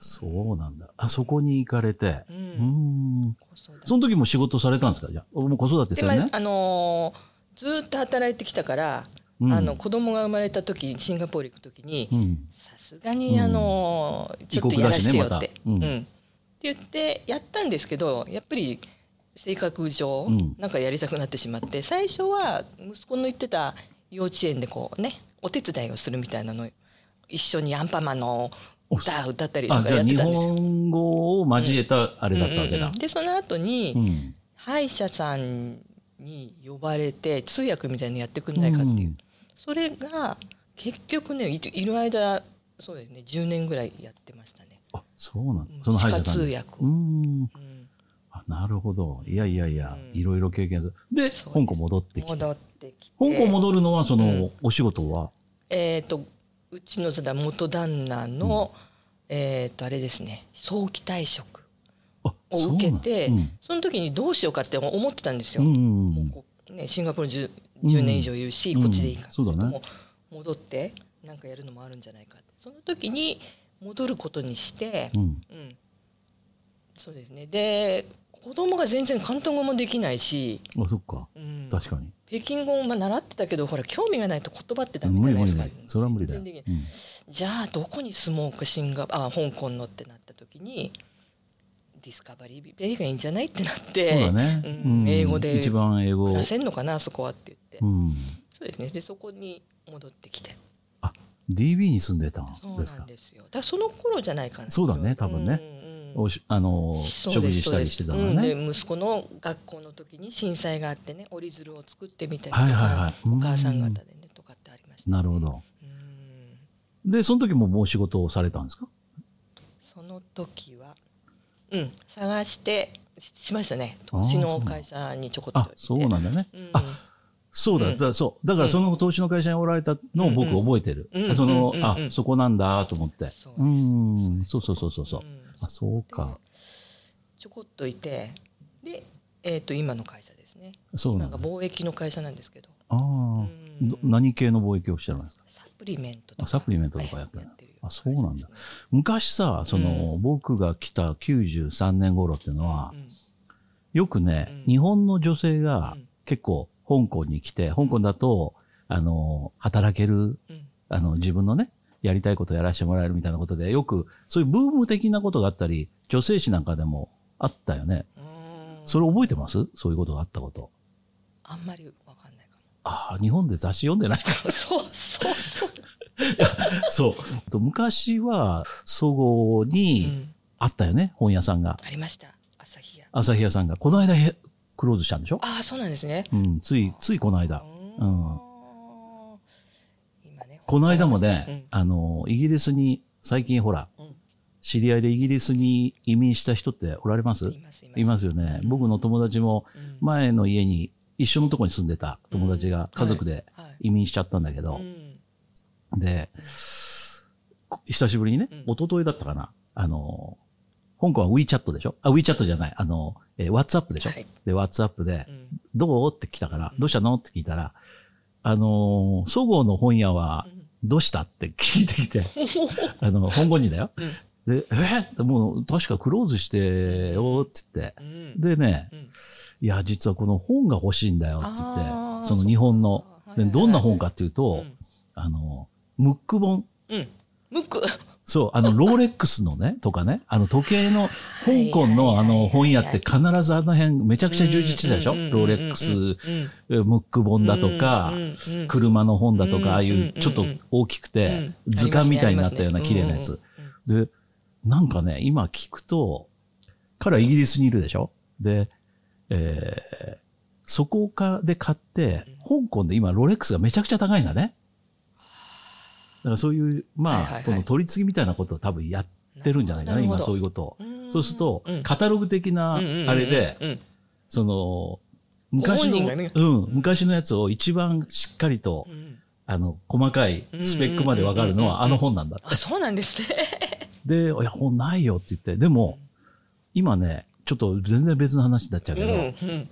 Speaker 1: そうなんだ。あそこに行かれて。
Speaker 2: う
Speaker 1: うんん。
Speaker 2: 子育て
Speaker 1: その時も仕事されたんですかじゃあ。もう子育て
Speaker 2: で
Speaker 1: され
Speaker 2: ま
Speaker 1: ね
Speaker 2: あ。あのーずーっと働いてきたから、
Speaker 1: うん
Speaker 2: あの子供が生まれた時にシンガポール行く時に
Speaker 1: うん。
Speaker 2: さすがに、あのーちょっと
Speaker 1: 異国
Speaker 2: や
Speaker 1: だ
Speaker 2: ら
Speaker 1: しね
Speaker 2: せてよって、
Speaker 1: またうん
Speaker 2: うんって言ってやったんですけどやっぱり性格上、
Speaker 1: うん
Speaker 2: なんかやりたくなってしまって最初は息子の言ってた幼稚園でこうねお手伝いをするみたいなの一緒にアンパンマンの歌を歌ったりと
Speaker 1: あ、
Speaker 2: か
Speaker 1: じゃ
Speaker 2: や
Speaker 1: あ
Speaker 2: って
Speaker 1: 日
Speaker 2: たんですよ。
Speaker 1: 本語を交えたあれだったわけ
Speaker 2: うんうんう
Speaker 1: だ
Speaker 2: ん。でその後に、
Speaker 1: うん。
Speaker 2: 歯医者さんに呼ばれて通訳みたいなのやってくんないかっていう、
Speaker 1: うん
Speaker 2: それが結局ねいいる間そうですね10年ぐらいやってましたね
Speaker 1: あ、そうなんだ
Speaker 2: うん。
Speaker 1: その歯医者さん
Speaker 2: 歯科通
Speaker 1: に。
Speaker 2: 訳を
Speaker 1: うん。
Speaker 2: うん
Speaker 1: あなるほど。いやいやいや、
Speaker 2: うん
Speaker 1: いろいろ経験する。で、
Speaker 2: そう
Speaker 1: 香港戻ってきて。香
Speaker 2: 戻ってきて
Speaker 1: 港戻るのは、その、
Speaker 2: うん
Speaker 1: お仕事は、
Speaker 2: えっ、とうちのその元旦那の、えっ、とあれですね早期退職
Speaker 1: あ、
Speaker 2: を受けてそ,、
Speaker 1: そうなん
Speaker 2: の時にどうしようかって思ってたんです
Speaker 1: う
Speaker 2: よ、
Speaker 1: ん。うんうんう
Speaker 2: も
Speaker 1: ん
Speaker 2: うこうね、シンガポール 10, 10年以上いるし、
Speaker 1: うん
Speaker 2: こっちでいいか、
Speaker 1: うんそうだね
Speaker 2: れとも戻ってなんかやるのもあるんじゃないかってその時に戻ることにして、
Speaker 1: うん。
Speaker 2: うん、そうですねで子供が全然広東語もできないし、
Speaker 1: あ、そっか。
Speaker 2: うん、
Speaker 1: 確かに。
Speaker 2: 北京語も習ってたけどほら興味がないと言葉ってダメじ
Speaker 1: 無
Speaker 2: ゃ
Speaker 1: 理無
Speaker 2: ないで
Speaker 1: 理
Speaker 2: す
Speaker 1: 無
Speaker 2: か
Speaker 1: 理。それは無理だよ。
Speaker 2: 全
Speaker 1: う
Speaker 2: 然できない
Speaker 1: ん
Speaker 2: じゃあどこに住もうかシンガあ香港のってなった時にディスカバリーベイがいいんじゃないってなって
Speaker 1: そうだね。
Speaker 2: うん
Speaker 1: うん
Speaker 2: 英語で
Speaker 1: 一番英語
Speaker 2: 暮
Speaker 1: を。
Speaker 2: らせんのかなそこはって言って、
Speaker 1: うん。
Speaker 2: そうですねでそこに戻ってきて
Speaker 1: DB に住んでたん
Speaker 2: そう
Speaker 1: です
Speaker 2: な
Speaker 1: か
Speaker 2: ん。ですよだからその頃じゃないかな
Speaker 1: そうだね多分ね
Speaker 2: うんうん
Speaker 1: おしあの
Speaker 2: そう
Speaker 1: 食
Speaker 2: で
Speaker 1: 事
Speaker 2: す
Speaker 1: したりしてた
Speaker 2: そう
Speaker 1: の
Speaker 2: です
Speaker 1: ね。
Speaker 2: うんで息子の学校の時に震災があってね折り鶴を作ってみたりとか、
Speaker 1: はいはいはい。
Speaker 2: お母さん方
Speaker 1: う
Speaker 2: でねとかってありました、ね、
Speaker 1: なるほど。
Speaker 2: うん
Speaker 1: で、その時ももう仕事をされたんですか
Speaker 2: その時は、うん、探してししましたね。投資の会社にちょこっと行っ
Speaker 1: あ
Speaker 2: て。、
Speaker 1: そうなんだね。
Speaker 2: うん
Speaker 1: あそうだ、
Speaker 2: うん
Speaker 1: だそう。だからその投資の会社におられたのを僕
Speaker 2: うんうん
Speaker 1: 覚えてる。
Speaker 2: うんうん
Speaker 1: その、
Speaker 2: うんうん
Speaker 1: あ、そこなんだと思って。
Speaker 2: そう
Speaker 1: う
Speaker 2: です
Speaker 1: ん、そうそうそうそうそう。
Speaker 2: ん
Speaker 1: あ、そうか。
Speaker 2: でちょこっといて、で、えっ、と今の会社ですね。
Speaker 1: そうな
Speaker 2: なん
Speaker 1: ん
Speaker 2: か
Speaker 1: だ。
Speaker 2: 貿易の会社なんですけど、
Speaker 1: ああ、
Speaker 2: ん
Speaker 1: ど何系の貿易をしてるんですか
Speaker 2: サプリメントと
Speaker 1: あ
Speaker 2: か。
Speaker 1: サプリメントとかやってる
Speaker 2: はいるよ
Speaker 1: あそうなんだ
Speaker 2: 会社ですね
Speaker 1: 昔さ、その、僕が来た93年頃っていうのは、よくね、
Speaker 2: うん
Speaker 1: 日本の女性が
Speaker 2: うん
Speaker 1: 結構香港に来て、香港だと、あの、働ける、
Speaker 2: うんうん
Speaker 1: あの、自分のね、やりたいことやらせてもらえるみたいなことで、よく、そういうブーム的なことがあったり、女性誌なんかでもあったよね。
Speaker 2: うん
Speaker 1: それ覚えてますそういうことがあったこと。
Speaker 2: あんまりわかんないか
Speaker 1: ああ、日本で雑誌読ん でないか。
Speaker 2: も。そうそうそう。
Speaker 1: そう。と 昔は、そごう
Speaker 2: う
Speaker 1: に
Speaker 2: ん
Speaker 1: あったよね、本屋さんが。
Speaker 2: ありました。朝日屋。
Speaker 1: 朝日屋さんが。この間へ、クローズしたんでしょ
Speaker 2: ああ、そうなんですね。
Speaker 1: うん、つい、ついこの間。うん。
Speaker 2: 今ね
Speaker 1: この間もね、
Speaker 2: うん
Speaker 1: あの、イギリスに、最近ほら、
Speaker 2: うん
Speaker 1: 知り合いでイギリスに移民した人っておられます
Speaker 2: いますいます
Speaker 1: いますよね。僕の友達も、
Speaker 2: うん
Speaker 1: 前の家に、一緒のとこに住んでた友達
Speaker 2: うん
Speaker 1: が家族で
Speaker 2: はい
Speaker 1: 移民しちゃったんだけど、
Speaker 2: うん
Speaker 1: で、こ久しぶりにね
Speaker 2: うん、
Speaker 1: 一昨日だったかな、あの、香港は WeChat でしょあ、WeChat じゃない、あの、えー WhatsApp でしょ、
Speaker 2: はい
Speaker 1: で、WhatsApp で、
Speaker 2: うん
Speaker 1: どうって来たから、どうしたのって聞いたら、あのー、そごうの本屋は
Speaker 2: うん、
Speaker 1: どうしたって聞いてきて、 あの、本語にだよ。で、えーもう、確かクローズしてよって言って
Speaker 2: う。ん
Speaker 1: でね、
Speaker 2: うん
Speaker 1: いや、実はこの本が欲しいんだよって言って
Speaker 2: あー、
Speaker 1: その日本の
Speaker 2: そうか。はい
Speaker 1: で
Speaker 2: はい
Speaker 1: どんな本かっていうと、
Speaker 2: うん
Speaker 1: あの、ムック本。
Speaker 2: うんムック
Speaker 1: そう、あの、 ローレックスのね、とかね、あの、時計の、香港のあの、本屋って必ずあの辺、めちゃくちゃ充実してたでしょ
Speaker 2: う
Speaker 1: ロ
Speaker 2: んうんうんうん
Speaker 1: ーレックス、
Speaker 2: うん
Speaker 1: ムック本だとか
Speaker 2: うんうんうん、
Speaker 1: 車の本だと
Speaker 2: うん
Speaker 1: か、ああいうちょっと大きくて、図鑑みたいになったような綺麗なやつ。で、なんかね、今聞くと、彼はイギリスにいるでしょで、えーそこかで買って、香港で今ロレックスがめちゃくちゃ高いんだね。だからそういう、
Speaker 2: はい
Speaker 1: ま
Speaker 2: はいは
Speaker 1: あ、
Speaker 2: い
Speaker 1: この取り次ぎみたいなことを多分やってるんじゃないかな、
Speaker 2: なるほ
Speaker 1: 今
Speaker 2: ど
Speaker 1: そういうことを
Speaker 2: うん。
Speaker 1: そうすると
Speaker 2: うん、
Speaker 1: カタログ的なあれで、その、昔
Speaker 2: ご本人
Speaker 1: の、
Speaker 2: がね
Speaker 1: うん、昔のやつを一番しっかりと、あの、細かいスペックまでわかるのはあの本なんだって
Speaker 2: あそうなんですね
Speaker 1: で、いや、本ないよって言って、でも、今ね、ちょっと全然別の話になっちゃうけど、
Speaker 2: うんうん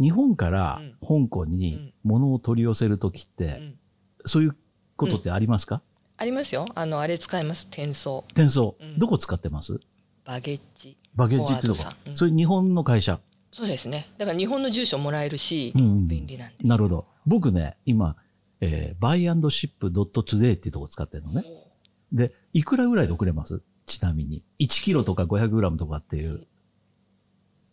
Speaker 1: 日本から香港に物を取り寄せるときって、
Speaker 2: ん
Speaker 1: そういうことってありますか、
Speaker 2: ありますよあのあれ使います転送
Speaker 1: 転送、
Speaker 2: ん
Speaker 1: どこ使ってます
Speaker 2: バゲッジ
Speaker 1: バゲッジってと
Speaker 2: フォ
Speaker 1: か
Speaker 2: ワードさん、うん
Speaker 1: それ日本の会社。
Speaker 2: そうですねだから日本の住所もらえるし
Speaker 1: うんうん
Speaker 2: 便利なんです
Speaker 1: なるほど。僕ね、今、えー、buyandship.today っていうとこ使ってるのね。で、いくらぐらいで送れますちなみに。1キロとか500グラムとかっていう。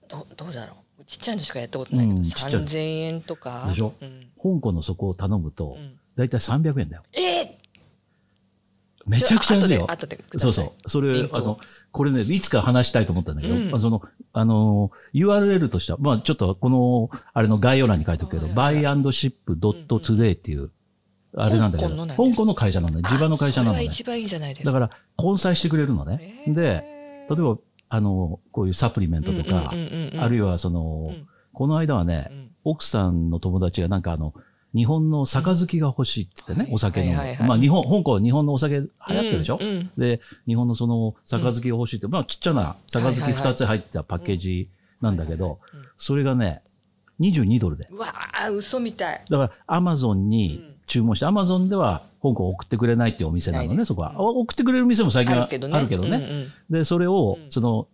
Speaker 2: どどうだろうちっちゃいのしかやったことないけど、
Speaker 1: うんちっちゃい
Speaker 2: 3000円とか
Speaker 1: でしょ
Speaker 2: うん
Speaker 1: 香港のそこを頼むと
Speaker 2: うん、
Speaker 1: だいたい300円だよ。
Speaker 2: えー
Speaker 1: めちゃくちゃ安いよ。
Speaker 2: 後で後でくださ
Speaker 1: そ
Speaker 2: いう
Speaker 1: そう。そ
Speaker 2: リ
Speaker 1: れ
Speaker 2: ン、クを
Speaker 1: あの、これね、いつか話したいと思ったんだけど、
Speaker 2: うん
Speaker 1: まあその、あの、URL としては、まあちょっとこの、あれの概要欄に書いておくけど、buyandship.today っていう、あれなんだけど、
Speaker 2: 香港のなん
Speaker 1: 香
Speaker 2: で
Speaker 1: 港の会
Speaker 2: す
Speaker 1: 社なんだよ。地場の会社なの
Speaker 2: あそれ
Speaker 1: ね
Speaker 2: は。一番いいじゃないです
Speaker 1: だ
Speaker 2: か
Speaker 1: から、混載してくれるのね。
Speaker 2: へー
Speaker 1: で、例えば、あの、こういうサプリメントとか
Speaker 2: うんうんうんうんう、ん
Speaker 1: あるいはその
Speaker 2: うん、
Speaker 1: この間はね
Speaker 2: うん、
Speaker 1: 奥さんの友達がなんかあの、日本の杯が欲しいって言ってね、
Speaker 2: うん
Speaker 1: お酒の
Speaker 2: はいはいはい。
Speaker 1: まあ、日本、香港は日本のお酒流行ってるでしょ
Speaker 2: うんうん
Speaker 1: で、日本のその、杯が欲しいって、まあ、ちっちゃな杯
Speaker 2: はいはいはい
Speaker 1: 2つ入ったパッケージなんだけど、それがね、 22ドルで。
Speaker 2: うわあ嘘みたい
Speaker 1: だから、アマゾンに注文して、アマゾンでは香港送ってくれないっていうお店なの
Speaker 2: ないで
Speaker 1: ね、
Speaker 2: す
Speaker 1: そこは。あ送ってくれる店も最近は
Speaker 2: あるけどね
Speaker 1: あるけどね。で、それを、その、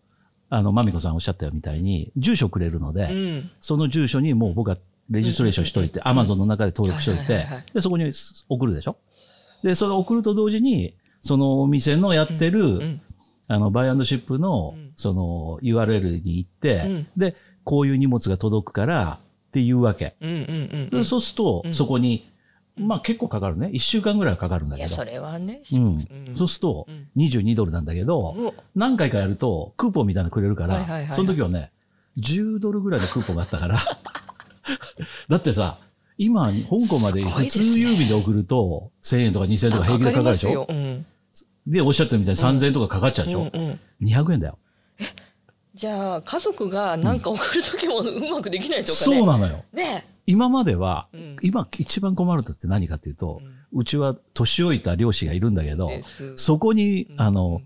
Speaker 1: あの、まみこさんおっしゃったみたいに、住所くれるので、
Speaker 2: うんうん、うん
Speaker 1: その住所にもう僕はレジストレーションしといて、アマゾンの中で登録しとい
Speaker 2: はい
Speaker 1: て
Speaker 2: はいはいはい、
Speaker 1: で、そこに送るでしょで、それを送ると同時に、そのお店のやってる、
Speaker 2: ん
Speaker 1: あの、バイアンドシップの、
Speaker 2: うん
Speaker 1: その URL に行って、
Speaker 2: うん
Speaker 1: で、こういう荷物が届くからっていうわけ。
Speaker 2: うんうん
Speaker 1: で
Speaker 2: うん
Speaker 1: そうすると、そこに、まあ結構かかるね。1週間ぐらいはかかるんだ
Speaker 2: い
Speaker 1: け
Speaker 2: や
Speaker 1: ど。
Speaker 2: それはね、
Speaker 1: うん
Speaker 2: ん
Speaker 1: そうすると
Speaker 2: うん、
Speaker 1: 22ドルなんだけど、
Speaker 2: お
Speaker 1: 何回かやると、クーポンみたいなのくれるから、
Speaker 2: はいはいはいはい
Speaker 1: その時はね、10ドルぐらいのクーポンがあったから。 だってさ、今、香港まです
Speaker 2: ご
Speaker 1: 普
Speaker 2: いで
Speaker 1: 通
Speaker 2: すね
Speaker 1: 郵便で送ると、1000円とか2000円とか平気でかかるでしょ
Speaker 2: かかりますよ
Speaker 1: で、おっしゃってるみたいに3000円とかかかっちゃうでし
Speaker 2: うん
Speaker 1: ょ、
Speaker 2: うんうん、
Speaker 1: ?200 円だよ。
Speaker 2: じゃあ家族が何か送る時もうまくできないとかね、
Speaker 1: そうなのよ。
Speaker 2: ね
Speaker 1: 今までは、
Speaker 2: うん
Speaker 1: 今一番困るのって何かっていうと、うちは年老いた漁師がいるんだけど、
Speaker 2: です
Speaker 1: そこに、あの、
Speaker 2: うん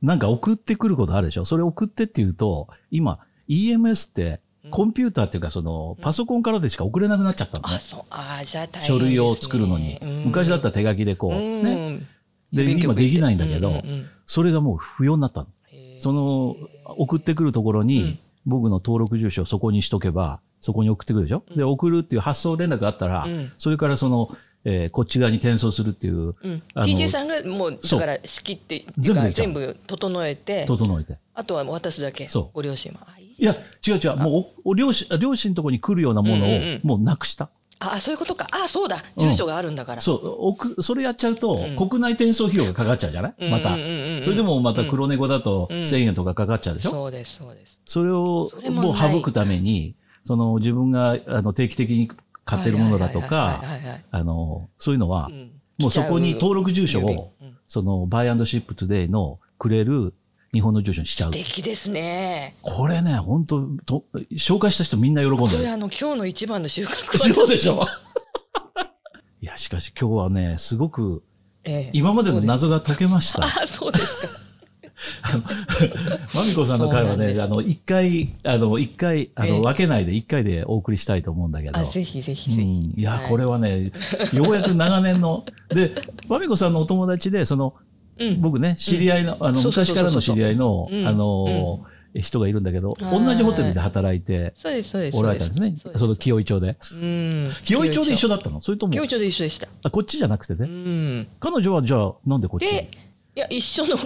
Speaker 1: なんか送ってくることあるでしょそれ送ってっていうと、今、EMS って、コンピューターっていうか、その、パソコンからでしか送れなくなっちゃったのね
Speaker 2: あ。そうあーじゃあ大変です、
Speaker 1: 書
Speaker 2: ね、
Speaker 1: 類を作るのに。昔だったら手書きでこう、
Speaker 2: うん
Speaker 1: ね。
Speaker 2: うん
Speaker 1: で、
Speaker 2: 勉強
Speaker 1: 今
Speaker 2: 増えて
Speaker 1: できないんだけ
Speaker 2: うん
Speaker 1: ど
Speaker 2: うんうん、
Speaker 1: それがもう不要になったの。
Speaker 2: へー
Speaker 1: その、送ってくるところに、僕の登録住所をそこにしとけば、そこに送ってくるでしょで、送るっていう発送連絡があったら
Speaker 2: うん、
Speaker 1: それからその、えーこっち側に転送するっていう
Speaker 2: うん、
Speaker 1: あの
Speaker 2: TJ さんがもう
Speaker 1: そ
Speaker 2: だ
Speaker 1: う
Speaker 2: から仕切ってってい
Speaker 1: 全
Speaker 2: う
Speaker 1: 部
Speaker 2: か
Speaker 1: できたの
Speaker 2: 全部整えて
Speaker 1: 整えて。
Speaker 2: あとは渡すだけ
Speaker 1: そう
Speaker 2: ご両親はあいい
Speaker 1: い
Speaker 2: で
Speaker 1: や
Speaker 2: すね、
Speaker 1: 違う違う。もうお、お両親、両親のとこに来るようなものを
Speaker 2: うんうんうん、
Speaker 1: もうなくした。
Speaker 2: あそういうことかあそうだ住所があるんだから、
Speaker 1: そう、奥、それやっちゃうと、国内転送費用がかかっちゃうじゃない
Speaker 2: うん
Speaker 1: また
Speaker 2: うんうんうんう。ん
Speaker 1: それでもまた黒猫だと1000円とかかかっちゃうでしょ
Speaker 2: そうですそうです
Speaker 1: それを
Speaker 2: それもな
Speaker 1: もう
Speaker 2: い
Speaker 1: 省くために、その自分があの定期的に買ってるものだとか
Speaker 2: はいはいはいはいはいはい、
Speaker 1: あの、そういうのは
Speaker 2: ん、
Speaker 1: もうそこに登録住所
Speaker 2: 来ちゃう
Speaker 1: を、そのバイアンドシップトゥデイのくれる日本の住所にしちゃ
Speaker 2: 素
Speaker 1: う。
Speaker 2: 敵ですね
Speaker 1: これね、本当と紹介した人みんな喜ん
Speaker 2: こ
Speaker 1: で
Speaker 2: れ
Speaker 1: る。
Speaker 2: あの今日の一番の収穫
Speaker 1: そうでし
Speaker 2: ょ、
Speaker 1: ょ いや、しかし今日はね、すごく
Speaker 2: ええ
Speaker 1: 今までの謎が解けました。
Speaker 2: あそうですか
Speaker 1: まみこさんの回は
Speaker 2: そうなん
Speaker 1: ね
Speaker 2: で、す
Speaker 1: あの、一回、あの、一回、あ
Speaker 2: え
Speaker 1: の、
Speaker 2: え
Speaker 1: 分けないで一回でお送りしたいと思うんだけど。
Speaker 2: あぜひぜひ
Speaker 1: う
Speaker 2: ぜ
Speaker 1: ん
Speaker 2: ひ、
Speaker 1: いや、
Speaker 2: はい
Speaker 1: これは ね、ようやく長年の。で、まみこさんのお友達で、その、僕ね、知り合いの、あの、
Speaker 2: そうそう
Speaker 1: 昔
Speaker 2: そうそう
Speaker 1: からの知り合いの、
Speaker 2: うん
Speaker 1: あの、人がいるんだけど、同じホテルで働いて
Speaker 2: そうですそうです
Speaker 1: おられたんですね。
Speaker 2: そ
Speaker 1: そ
Speaker 2: うです
Speaker 1: の清井町で。
Speaker 2: うん
Speaker 1: 清井町で一緒だったのそれとも
Speaker 2: 清、井町で一緒でした
Speaker 1: あこっちじゃなくてね。
Speaker 2: うん
Speaker 1: 彼女はじゃあ、なんでこっち
Speaker 2: でいや一緒の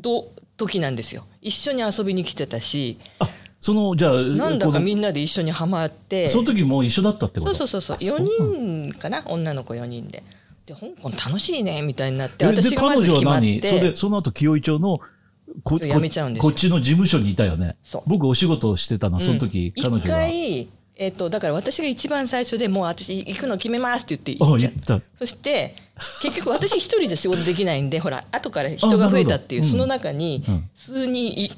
Speaker 2: ど時なんですよ一緒に遊びに来てたし
Speaker 1: あ、その、じゃあ、
Speaker 2: なんだ
Speaker 1: こ
Speaker 2: か
Speaker 1: の
Speaker 2: みんなで一緒にハマって
Speaker 1: その時もう一緒だったってこ
Speaker 2: そう
Speaker 1: と
Speaker 2: そうそうそう4人かな女の子4人でで香港楽しいねみたいになって
Speaker 1: えで
Speaker 2: 私がまず決まっ
Speaker 1: それで
Speaker 2: て
Speaker 1: その後清井町のこ
Speaker 2: そう辞めちゃうんです
Speaker 1: こ
Speaker 2: よ
Speaker 1: っちの事務所にいたよね
Speaker 2: そう
Speaker 1: 僕お仕事をしてたのその時、彼
Speaker 2: 一
Speaker 1: 女が
Speaker 2: 回えっとだから私が一番最初でもう私行くの決めますって言って行
Speaker 1: あ
Speaker 2: っち
Speaker 1: 行
Speaker 2: ゃっ
Speaker 1: ったた
Speaker 2: そして結局私一人じゃ仕事できないんでほら後から
Speaker 1: あ
Speaker 2: 人
Speaker 1: なる
Speaker 2: が
Speaker 1: ほど
Speaker 2: 増えたっていう
Speaker 1: うん
Speaker 2: その中に
Speaker 1: うん
Speaker 2: 数人いい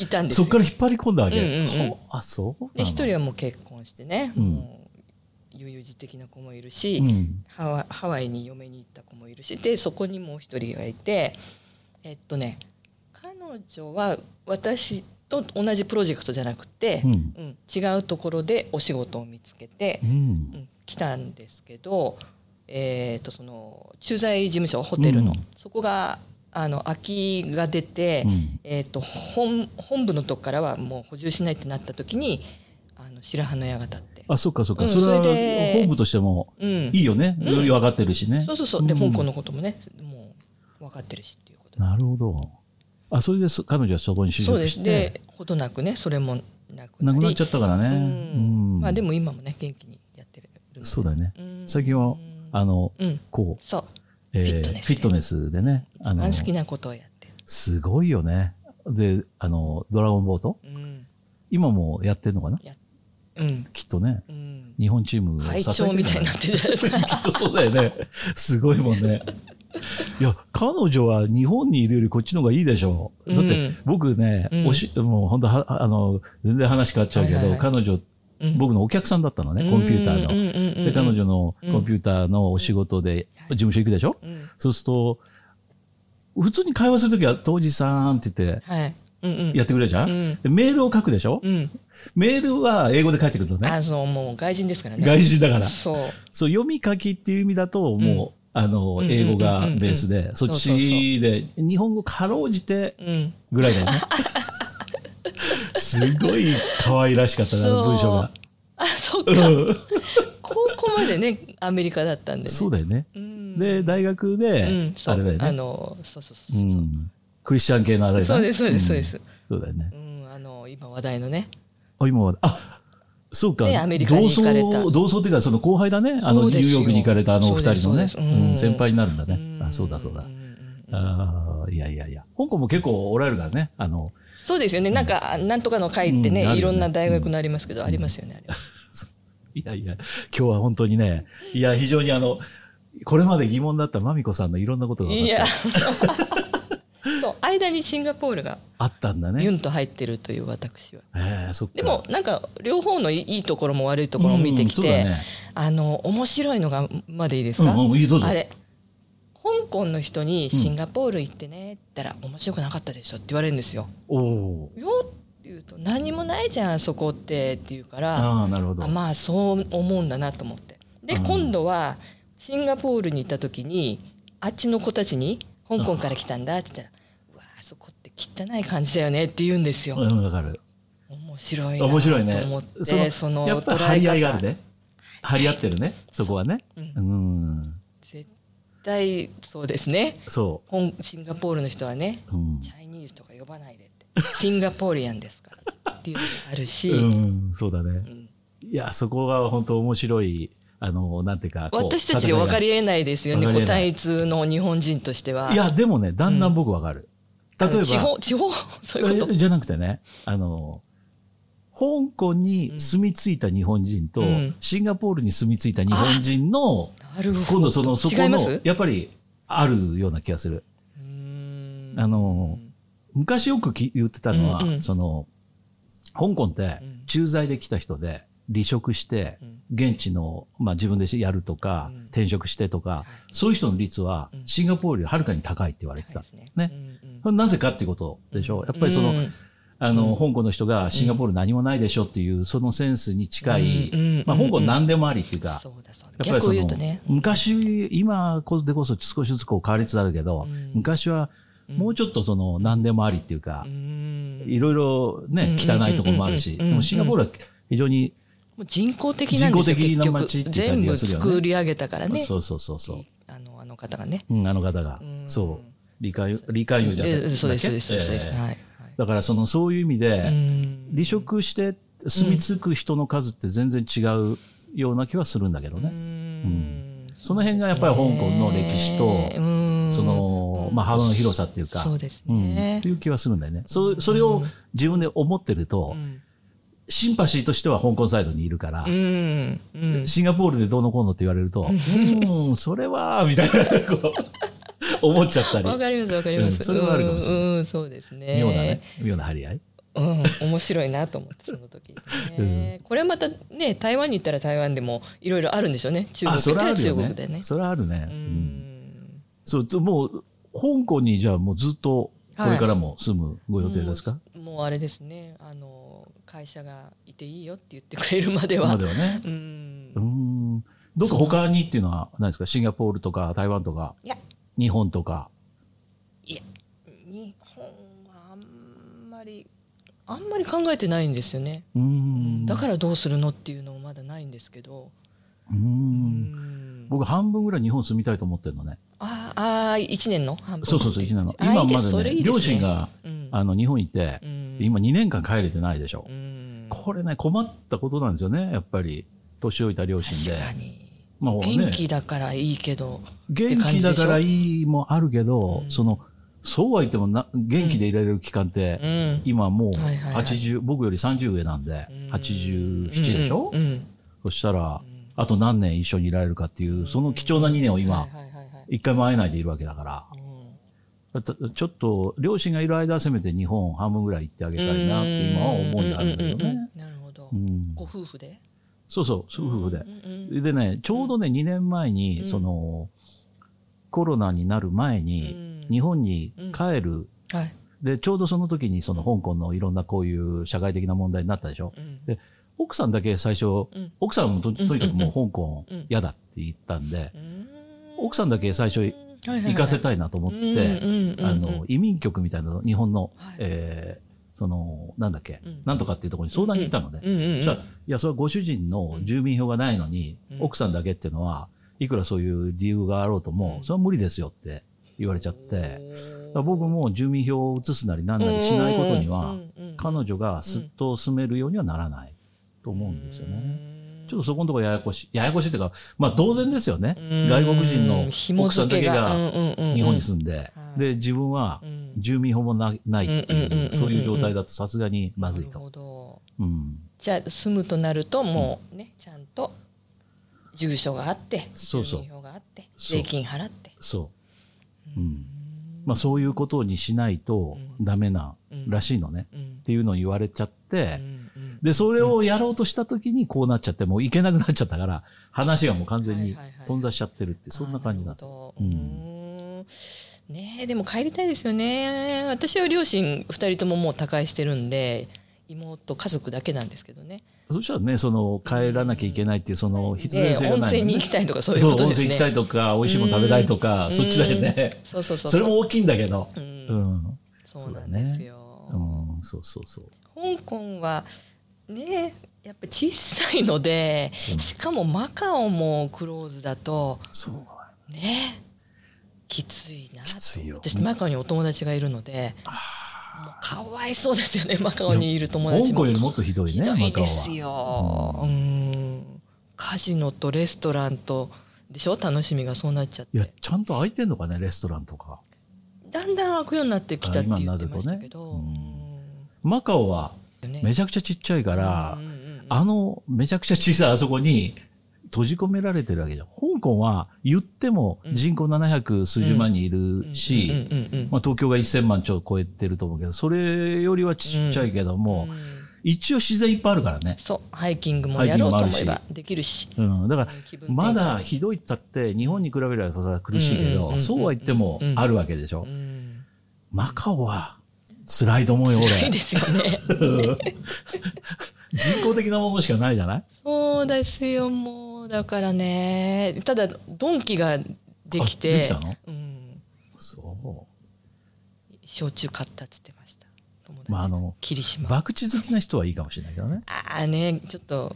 Speaker 2: いたんです
Speaker 1: そ
Speaker 2: よ
Speaker 1: っから引っ張り込んだわけ、
Speaker 2: うんうんうん
Speaker 1: ほあそうなの
Speaker 2: で一人はもう結婚してね、
Speaker 1: うん
Speaker 2: もう悠々自適な子もいるし、
Speaker 1: うん
Speaker 2: ハワハワイに嫁に行った子もいるしでそこにもう一人がいてえっとね彼女は私と同じプロジェクトじゃなくて、
Speaker 1: う
Speaker 2: うんん違うところでお仕事を見つけて
Speaker 1: う、ん
Speaker 2: うん来たんですけど、えっとその駐在事務所ホテルの、
Speaker 1: うん
Speaker 2: そこがあの空きが出て。
Speaker 1: うん
Speaker 2: えー、と本本部のとこからはもう補充しないってなった時にあの白羽の矢が立って、
Speaker 1: あそっかそっか、
Speaker 2: うん
Speaker 1: それは
Speaker 2: それで
Speaker 1: 本部としても
Speaker 2: うん、
Speaker 1: いいよね、
Speaker 2: うん
Speaker 1: 分かってるしね
Speaker 2: そうそうそうで香港
Speaker 1: の
Speaker 2: のこともねもう分かってるしっていうこと
Speaker 1: なるほどあそれでそ彼女はそこに就
Speaker 2: そう
Speaker 1: 職
Speaker 2: で
Speaker 1: し
Speaker 2: す
Speaker 1: て
Speaker 2: でほどなくねそれもなく
Speaker 1: な
Speaker 2: なり
Speaker 1: くなっちゃったからね、
Speaker 2: うん
Speaker 1: うん
Speaker 2: まあでも今もね元気にやってるので
Speaker 1: そうだよね、
Speaker 2: うん
Speaker 1: 最近はあの、
Speaker 2: うん
Speaker 1: こう、
Speaker 2: そう
Speaker 1: えー
Speaker 2: フィットネス
Speaker 1: フィットネスでね
Speaker 2: 一番好きなことをやって
Speaker 1: すごいよね。で、あの、ドラゴンボート
Speaker 2: るうん
Speaker 1: 今もやってるのかな
Speaker 2: やうん
Speaker 1: きっとね。
Speaker 2: うん
Speaker 1: 日本チームを支えて
Speaker 2: 会
Speaker 1: る
Speaker 2: 長みたいになってるじゃないですか
Speaker 1: きっとそうだよね。すごいもんね。いや、彼女は日本にいるよりこっちの方がいいでしょう。だって
Speaker 2: うん、
Speaker 1: 僕ね、
Speaker 2: うん
Speaker 1: おし、もう本当は、あの、全然話変わっちゃうけど、
Speaker 2: はいはいはい
Speaker 1: 彼女、
Speaker 2: うん
Speaker 1: 僕のお客さんだったのね、コンピューターの。
Speaker 2: うんうんうんうん
Speaker 1: で、彼女のコンピューターのお仕事で、事務所行くでしょ、
Speaker 2: うん
Speaker 1: そうすると、普通に会話するときは、当時さんって言って、
Speaker 2: はいうんうん
Speaker 1: やってくれるじゃん、
Speaker 2: うん
Speaker 1: でメールを書くでしょ、
Speaker 2: うん
Speaker 1: メールは英語で返ってくるのね。
Speaker 2: あのもう外人ですからね
Speaker 1: 外人だから。そ
Speaker 2: そう
Speaker 1: う、読み書きっていう意味だと、もう、あの、
Speaker 2: んうんうんうん
Speaker 1: 英語がベースで、そっちで、日本語かろうじて
Speaker 2: うん
Speaker 1: ぐらいだ よね。すごい可愛らしかったな、あの文章が。
Speaker 2: あそっか
Speaker 1: うん
Speaker 2: 高校までねアメリカだったんでね
Speaker 1: そうだよね。
Speaker 2: うん
Speaker 1: で、大学で、
Speaker 2: うんそ
Speaker 1: あ
Speaker 2: う
Speaker 1: れだよ
Speaker 2: あ
Speaker 1: ね。
Speaker 2: のそうそうそう
Speaker 1: う
Speaker 2: そう、
Speaker 1: ん。クリスチャン系のあれだ
Speaker 2: そうですそうですそうです、
Speaker 1: そうだよね
Speaker 2: う。ん、あの今話題のね
Speaker 1: あ、今は、あ、そうか。
Speaker 2: ねアメリカに行かれた
Speaker 1: 同窓、同窓っていうか、その後輩だね。あの、ニ
Speaker 2: そう
Speaker 1: ュ
Speaker 2: です
Speaker 1: ー
Speaker 2: よ
Speaker 1: ヨークに行かれたあのお二人のね
Speaker 2: そうですそうですうん
Speaker 1: うん先輩になるんだね。あ、そうだそうだ
Speaker 2: ん。ん
Speaker 1: あーいやいやいや。香港も結構おられるからね。あの、
Speaker 2: そうですよねなんかなんとかの会ってね,、
Speaker 1: うんあるよね
Speaker 2: いろんな大学のありますけど、ありますよねあります
Speaker 1: いやいや、今日は本当にね、いや、非常にあの、これまで疑問だったまみこさんのいろんなことが分かっ
Speaker 2: い
Speaker 1: た
Speaker 2: や そう間にシンガポールが
Speaker 1: あったんだ
Speaker 2: ビュ
Speaker 1: ね。
Speaker 2: ンと入ってるという私は。
Speaker 1: えー、そっか。
Speaker 2: でもなんか両方のいいいいところも悪いところも見てき
Speaker 1: うんそうだ
Speaker 2: て、
Speaker 1: ね
Speaker 2: あの面白いのがまでいいですか、
Speaker 1: うんうんいいどうぞ
Speaker 2: あれ香港の人に「シンガポール行ってね」って言ったら「面白くなかったでしょ」って言われるんですよ。
Speaker 1: おおー。
Speaker 2: よって言うと「何もないじゃんそこって」って言うから
Speaker 1: ああ、なるほど。
Speaker 2: あまあそう思うんだなと思って。で
Speaker 1: うん
Speaker 2: 今度はシンガポールに行った時にあっちの子たちに「香港から来たんだ」って言ったら「うわあそこって汚い感じだよね」って言うんですよ。
Speaker 1: うん、わかる。
Speaker 2: 面白いな
Speaker 1: 面白いね
Speaker 2: と思っ。てその
Speaker 1: やっぱり
Speaker 2: 捉
Speaker 1: 張
Speaker 2: え
Speaker 1: り合いがあ
Speaker 2: 方
Speaker 1: るね。張り合ってるね、そこはね。うん。
Speaker 2: 絶対そうですね
Speaker 1: そ
Speaker 2: 本シンガポールの人はね
Speaker 1: う。うん。
Speaker 2: チャイニーズとか呼ばないでってシンガポーリアンですからっていうのがあるし、
Speaker 1: うん、そうだね。
Speaker 2: ん
Speaker 1: いや、そこが本当面白い、あの、なんていうか。こう
Speaker 2: 私たちで分かりえないですよね
Speaker 1: 分かり
Speaker 2: 個
Speaker 1: えない
Speaker 2: 体通の日本人としてはい
Speaker 1: や、でもね、だんだん僕わかる。
Speaker 2: あ
Speaker 1: 例
Speaker 2: の
Speaker 1: えば、
Speaker 2: 地方地方 そういうこと
Speaker 1: えじゃなくてね、あの、香港に住み着いた日本人と、
Speaker 2: うん
Speaker 1: シンガポールに住み着いた日本人の、
Speaker 2: なるほど
Speaker 1: 今度その、そ
Speaker 2: 違
Speaker 1: こ
Speaker 2: い
Speaker 1: の
Speaker 2: ます、
Speaker 1: やっぱり、あるような気がする。
Speaker 2: うーん
Speaker 1: あの、昔よくき言ってたのは、
Speaker 2: うんうん
Speaker 1: その、香港って
Speaker 2: うん
Speaker 1: 駐在で来た人で離職して
Speaker 2: うん、
Speaker 1: 現地の、まあ自分でやるとか、
Speaker 2: うん
Speaker 1: 転職してとか、そういう人の率は
Speaker 2: うん
Speaker 1: シンガポールよりはるかに高いって言われてた
Speaker 2: 高いで。すね
Speaker 1: ね
Speaker 2: うんうん
Speaker 1: これなぜかっていうことでしょう。やっぱりその、
Speaker 2: うん
Speaker 1: あの、香港の人がシンガポール何もないでしょっていう、そのセンスに近い
Speaker 2: うんうん、
Speaker 1: まあ香港何でもありっていうか、
Speaker 2: そうだそうだ
Speaker 1: やっぱり
Speaker 2: 逆を
Speaker 1: そ
Speaker 2: 言う
Speaker 1: の
Speaker 2: とね、
Speaker 1: 昔、今でこそ少しずつこう変わりつつあるけど、
Speaker 2: うん
Speaker 1: 昔はもうちょっとその何でもありっていうか
Speaker 2: うー、ん
Speaker 1: いろいろね、
Speaker 2: うん
Speaker 1: 汚いところもある
Speaker 2: うん
Speaker 1: し、
Speaker 2: うんう
Speaker 1: で
Speaker 2: ん
Speaker 1: もシンガポールは非常に、
Speaker 2: もう人工的なんですよ
Speaker 1: 人工的な街
Speaker 2: 結
Speaker 1: って
Speaker 2: 局
Speaker 1: いう感じ
Speaker 2: 全部
Speaker 1: がするよね
Speaker 2: 作り上げたからね
Speaker 1: そうそうそうそう、
Speaker 2: あのあの方がね
Speaker 1: うんあの方が、
Speaker 2: ん
Speaker 1: そう、理解、理解用じゃな
Speaker 2: え
Speaker 1: く
Speaker 2: そうですそうですそうです、
Speaker 1: ええ
Speaker 2: はい、はい
Speaker 1: だからその、そういう意味
Speaker 2: う
Speaker 1: で、
Speaker 2: ん
Speaker 1: 離職して住み着く人の数って全然違うような気はするんだけどね。
Speaker 2: うん
Speaker 1: その辺がやっぱり香港の歴史と、
Speaker 2: うん
Speaker 1: その、まあ、幅の広さっていうか、
Speaker 2: そうです
Speaker 1: うん
Speaker 2: ね
Speaker 1: っていう気はするんだよね。そうそれを自分で思ってると、シンパシーとしては香港サイドにいるから
Speaker 2: う、んうん
Speaker 1: シンガポールでどうのこうのって言われると、うーん、それは、みたいな、こう、思っちゃったり、
Speaker 2: わかりますわかりま
Speaker 1: うん
Speaker 2: す
Speaker 1: それはあるかもしれない
Speaker 2: うんうんそうですね
Speaker 1: 妙なね、妙な張り合い。
Speaker 2: うん面白いな と思ってその時にねこれまたね台湾に行ったら台湾でもいろいろあるんでしょうね中国
Speaker 1: あ、
Speaker 2: 行
Speaker 1: そ
Speaker 2: っ
Speaker 1: れはあ
Speaker 2: たら
Speaker 1: る
Speaker 2: 中
Speaker 1: よ
Speaker 2: 国でね
Speaker 1: ね。それはあるね。う
Speaker 2: うんん
Speaker 1: そう、ともう、香港にじゃあもうずっと、これからも住むご予定ですか、
Speaker 2: もうもうあれですねあの会社がいていいよって言ってくれるまでは
Speaker 1: まではね。
Speaker 2: うん
Speaker 1: うーん。どっか他にっていうのは何ですかシンガポールとか台湾とか
Speaker 2: いや
Speaker 1: 日本とか。
Speaker 2: いや日本はあんまりあんまり考えてないんですよね、
Speaker 1: うーん。
Speaker 2: だ
Speaker 1: ら。
Speaker 2: からどうするのっていうのもまだないんですけど、
Speaker 1: うー。
Speaker 2: うんん
Speaker 1: 僕半分ぐらい日本住みたいと思ってるのね。
Speaker 2: ああ1年の半分
Speaker 1: そうそうそう、1年の。
Speaker 2: あ
Speaker 1: 今
Speaker 2: いい
Speaker 1: ま
Speaker 2: です
Speaker 1: で
Speaker 2: そ
Speaker 1: ね
Speaker 2: れいいです
Speaker 1: 両
Speaker 2: ね
Speaker 1: 親が、
Speaker 2: うん
Speaker 1: あの、日本行って、
Speaker 2: うん
Speaker 1: 今2年間帰れてないでしょ
Speaker 2: う。ん
Speaker 1: これね、困ったことなんですよね、やっぱり。年老いた両親で
Speaker 2: 確。かに、
Speaker 1: まあね
Speaker 2: 元気だからいいけど
Speaker 1: 元気だから
Speaker 2: いい、
Speaker 1: いいもあるけど、
Speaker 2: うん
Speaker 1: その、そうは言ってもな、元気でいられる期間って、
Speaker 2: うん、
Speaker 1: 今もう
Speaker 2: はいはいはい
Speaker 1: 80、僕より30上なんで、87でしょ、
Speaker 2: うんうん
Speaker 1: そしたら、あと何年一緒にいられるかっていう、その貴重な2年を
Speaker 2: は
Speaker 1: 今
Speaker 2: い、はいはいはい
Speaker 1: 一回も会えないでいるわけだから
Speaker 2: うん、
Speaker 1: だってちょっと、両親がいる間はせめて日本半分ぐらい行ってあげたいなって今は思いがあるんだけど
Speaker 2: うんうん
Speaker 1: ね。
Speaker 2: うんなるほど、
Speaker 1: うん
Speaker 2: ご夫婦で
Speaker 1: そうそう、夫婦で
Speaker 2: う。ん
Speaker 1: でね、ちょうどね、2年前に、
Speaker 2: うん
Speaker 1: その、コロナになる前
Speaker 2: う
Speaker 1: に、
Speaker 2: ん
Speaker 1: 日本に帰る、
Speaker 2: はい、
Speaker 1: で、ちょうどその時にその香港のいろんなこういう社会的な問題になったでしょ。
Speaker 2: うん
Speaker 1: で、奥さんだけ最初、
Speaker 2: うん
Speaker 1: 奥さんもととにかくもう香港
Speaker 2: うん
Speaker 1: 嫌だって言ったんで、
Speaker 2: うん
Speaker 1: 奥さんだけ最初
Speaker 2: はいはいはい
Speaker 1: 行かせたいなと思っ
Speaker 2: うん
Speaker 1: て、
Speaker 2: うんうんうん
Speaker 1: あの、移民局みたいなの、日本の
Speaker 2: はい、
Speaker 1: えーその、なんだっけ
Speaker 2: うん、
Speaker 1: なんとかっていうところに相談に行ったのね。
Speaker 2: うんうんう
Speaker 1: そし
Speaker 2: ん
Speaker 1: たらいや、それはご主人の住民票がないのに
Speaker 2: う、ん
Speaker 1: 奥さんだけっていうのは、いくらそういう理由があろうとも
Speaker 2: う、ん
Speaker 1: それは無理ですよって言われちゃって、だから僕も住民票を移すなりなん
Speaker 2: うん
Speaker 1: な
Speaker 2: うん
Speaker 1: りしないことには、
Speaker 2: うんうん
Speaker 1: 彼女がすっと住めるようにはならないと思うんですよね。ちょっとそこのところややこしい。ややこしいっていうか、まあ当然ですよね。
Speaker 2: うん
Speaker 1: 外国人の
Speaker 2: 紐
Speaker 1: 奥さんだ
Speaker 2: 付
Speaker 1: けが
Speaker 2: うんうんうんうん
Speaker 1: 日本に住んで
Speaker 2: うんうん、うん
Speaker 1: で、自分は
Speaker 2: うん
Speaker 1: 住民法もなないって
Speaker 2: うんうん
Speaker 1: い
Speaker 2: うんうん
Speaker 1: うう、
Speaker 2: ん
Speaker 1: そういう状態だとさすがにまずい
Speaker 2: なる
Speaker 1: と。
Speaker 2: ほど
Speaker 1: うん。
Speaker 2: じゃあ住むとなるともうね、ちゃんと住所があって
Speaker 1: そうそう
Speaker 2: 住民票があって
Speaker 1: そう
Speaker 2: 税金払って
Speaker 1: そう。うん。まあそういうことにしないとダメならしいのね。
Speaker 2: うんうん
Speaker 1: っていうのを言われちゃって、
Speaker 2: うん
Speaker 1: で、それをやろうとした時にこうなっちゃって、もういけなくなっちゃったから、話がもう完全に
Speaker 2: はいはいはい
Speaker 1: 頓挫しちゃってるって、そんな感じなん
Speaker 2: あ
Speaker 1: です
Speaker 2: ーなる
Speaker 1: よ。
Speaker 2: ほ
Speaker 1: う
Speaker 2: ど
Speaker 1: ん
Speaker 2: うーんねえでも帰りたいですよね私は両親2人とももう他界してるんで妹家族だけなんですけどね
Speaker 1: そしたらね、その帰らなきゃいけないっていう、その必然性
Speaker 2: で
Speaker 1: が
Speaker 2: 温
Speaker 1: ない
Speaker 2: 泉
Speaker 1: のね
Speaker 2: に行きたいとかそういうことです
Speaker 1: そう温泉行きたい
Speaker 2: ね
Speaker 1: とか美味しいもの食べたいとかそっちだよね
Speaker 2: うんそうそうそう
Speaker 1: それも大きいんだけど
Speaker 2: う
Speaker 1: うんん
Speaker 2: そうなんです
Speaker 1: う
Speaker 2: よ、
Speaker 1: んそうそうそう
Speaker 2: 香港はねやっぱ小さいので
Speaker 1: そう
Speaker 2: しかもマカオもクローズだと
Speaker 1: そう
Speaker 2: ねきついなと
Speaker 1: きついよ
Speaker 2: 私マカオにお友達がいるのでもうかわいそうですよねマカオにいる友
Speaker 1: 香
Speaker 2: 達も
Speaker 1: 港よりもっとひどい
Speaker 2: ひ
Speaker 1: ね
Speaker 2: ど
Speaker 1: マ
Speaker 2: い
Speaker 1: カオ
Speaker 2: です
Speaker 1: は
Speaker 2: よ、うん、カジノとレストランとでしょ楽しみがそうなっちゃっ
Speaker 1: いや
Speaker 2: て
Speaker 1: ちゃんと開いてんのかねレストランとか
Speaker 2: だんだん開くようになってきたって言ってましたけ
Speaker 1: あ今
Speaker 2: ど、
Speaker 1: になるマカオは
Speaker 2: うんね
Speaker 1: めちゃくちゃちっちゃいから
Speaker 2: うんうんうん
Speaker 1: あのめちゃくちゃ小さいあそこに閉じ込められてるわけじゃん香港は言っても人口700数十万人いるし、
Speaker 2: うんうんうん
Speaker 1: まあ、東京が1000万ちょっと超えてると思うけど、それよりはちっちゃいけども、
Speaker 2: うん
Speaker 1: 一応自然いっぱいあるからね。
Speaker 2: そうハイキングもやろうと思えばできるし
Speaker 1: うん、だから
Speaker 2: うん気分転
Speaker 1: ま
Speaker 2: 換
Speaker 1: だひどいったって日本に比べればそれは苦しいけ
Speaker 2: うんうんうんう
Speaker 1: ど
Speaker 2: ん
Speaker 1: そうは言ってもあるわけでしょ
Speaker 2: うん
Speaker 1: マカオは辛いと思うよ
Speaker 2: 辛い
Speaker 1: 俺
Speaker 2: ですよね
Speaker 1: 人工的なものしかないじゃない
Speaker 2: そうですよもうだからねただドンキができ
Speaker 1: あ
Speaker 2: て
Speaker 1: できたの
Speaker 2: うん、
Speaker 1: そ
Speaker 2: 焼酎買ったっつってました友達
Speaker 1: まああの
Speaker 2: 霧
Speaker 1: う
Speaker 2: 島
Speaker 1: 博打好きな人はいいかもしれないけどね
Speaker 2: ああねちょっと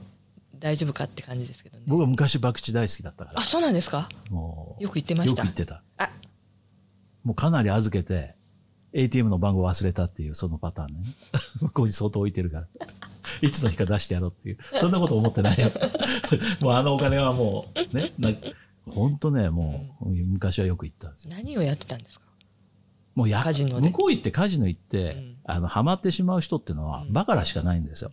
Speaker 2: 大丈夫かって感じですけどね
Speaker 1: 僕は昔博打大好きだったから
Speaker 2: あそうなんですか
Speaker 1: もう
Speaker 2: よく言ってました
Speaker 1: よく行ってた
Speaker 2: あ
Speaker 1: もうかなり預けて ATM の番号忘れたっていうそのパターンね 向こうに相当置いてるから いつの日か出してやろうっていうそんなこと思ってないよ もうあのお金はもうねな本当ねもう昔はよく行ったんですよ
Speaker 2: 何をやってたんですか
Speaker 1: もうや
Speaker 2: カジノで
Speaker 1: 向こう行ってカジノ行って、
Speaker 2: うん
Speaker 1: あのハマってしまう人っていうのはバカラしかないんですよ、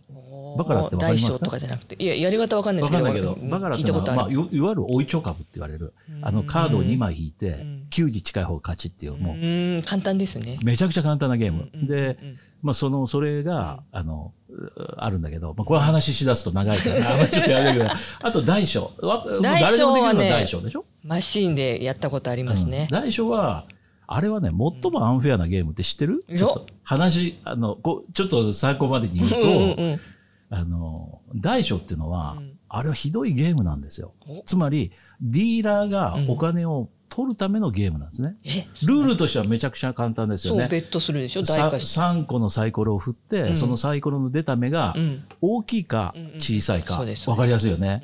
Speaker 1: バカラってわかり
Speaker 2: 大
Speaker 1: ますか
Speaker 2: 小とかじゃなくていややり方わかんない
Speaker 1: わ
Speaker 2: です
Speaker 1: か
Speaker 2: け
Speaker 1: ん
Speaker 2: ど
Speaker 1: ないけど、
Speaker 2: うん
Speaker 1: バカラっ
Speaker 2: 聞い
Speaker 1: て
Speaker 2: た
Speaker 1: の
Speaker 2: こと
Speaker 1: は、
Speaker 2: ある、
Speaker 1: まあ、いわいわゆるおいちょ株って言われる、あのカードを2枚引いて
Speaker 2: ん、
Speaker 1: 9に近い方が勝ちっていう、もう
Speaker 2: うん簡単ですね
Speaker 1: めちゃくちゃ簡単なゲーム。
Speaker 2: うんうんうん
Speaker 1: で、まあ、その、それが、あの、うあるんだけど、まあ、これは話しだすと長い から、あんまちょっとやめるけど、あと大小。わ
Speaker 2: 大小はね
Speaker 1: 誰でもできるのは大小でしょ、
Speaker 2: マシーンでやったことありますね
Speaker 1: うん、大小は、あれはね、最もアンフェアなゲームって知ってる、
Speaker 2: うん
Speaker 1: ちょっと話、あの、こうちょっと参考までに言うと、
Speaker 2: うんうんうん
Speaker 1: あの、大小っていうのは、
Speaker 2: うん
Speaker 1: あれはひどいゲームなんですよ
Speaker 2: お。
Speaker 1: つまり、ディーラーがお金を取るためのゲームなんですね。
Speaker 2: え
Speaker 1: ルールとしてはめちゃくちゃ簡単ですよ
Speaker 2: そう
Speaker 1: ね。
Speaker 2: ベットするでしょ
Speaker 1: さ
Speaker 2: 大化して
Speaker 1: 3個のサイコロを振って、
Speaker 2: ん
Speaker 1: そのサイコロの出た目が
Speaker 2: うん
Speaker 1: 大きいか
Speaker 2: うんうん
Speaker 1: 小さいか、
Speaker 2: そう
Speaker 1: わ
Speaker 2: です
Speaker 1: かりやすいよね。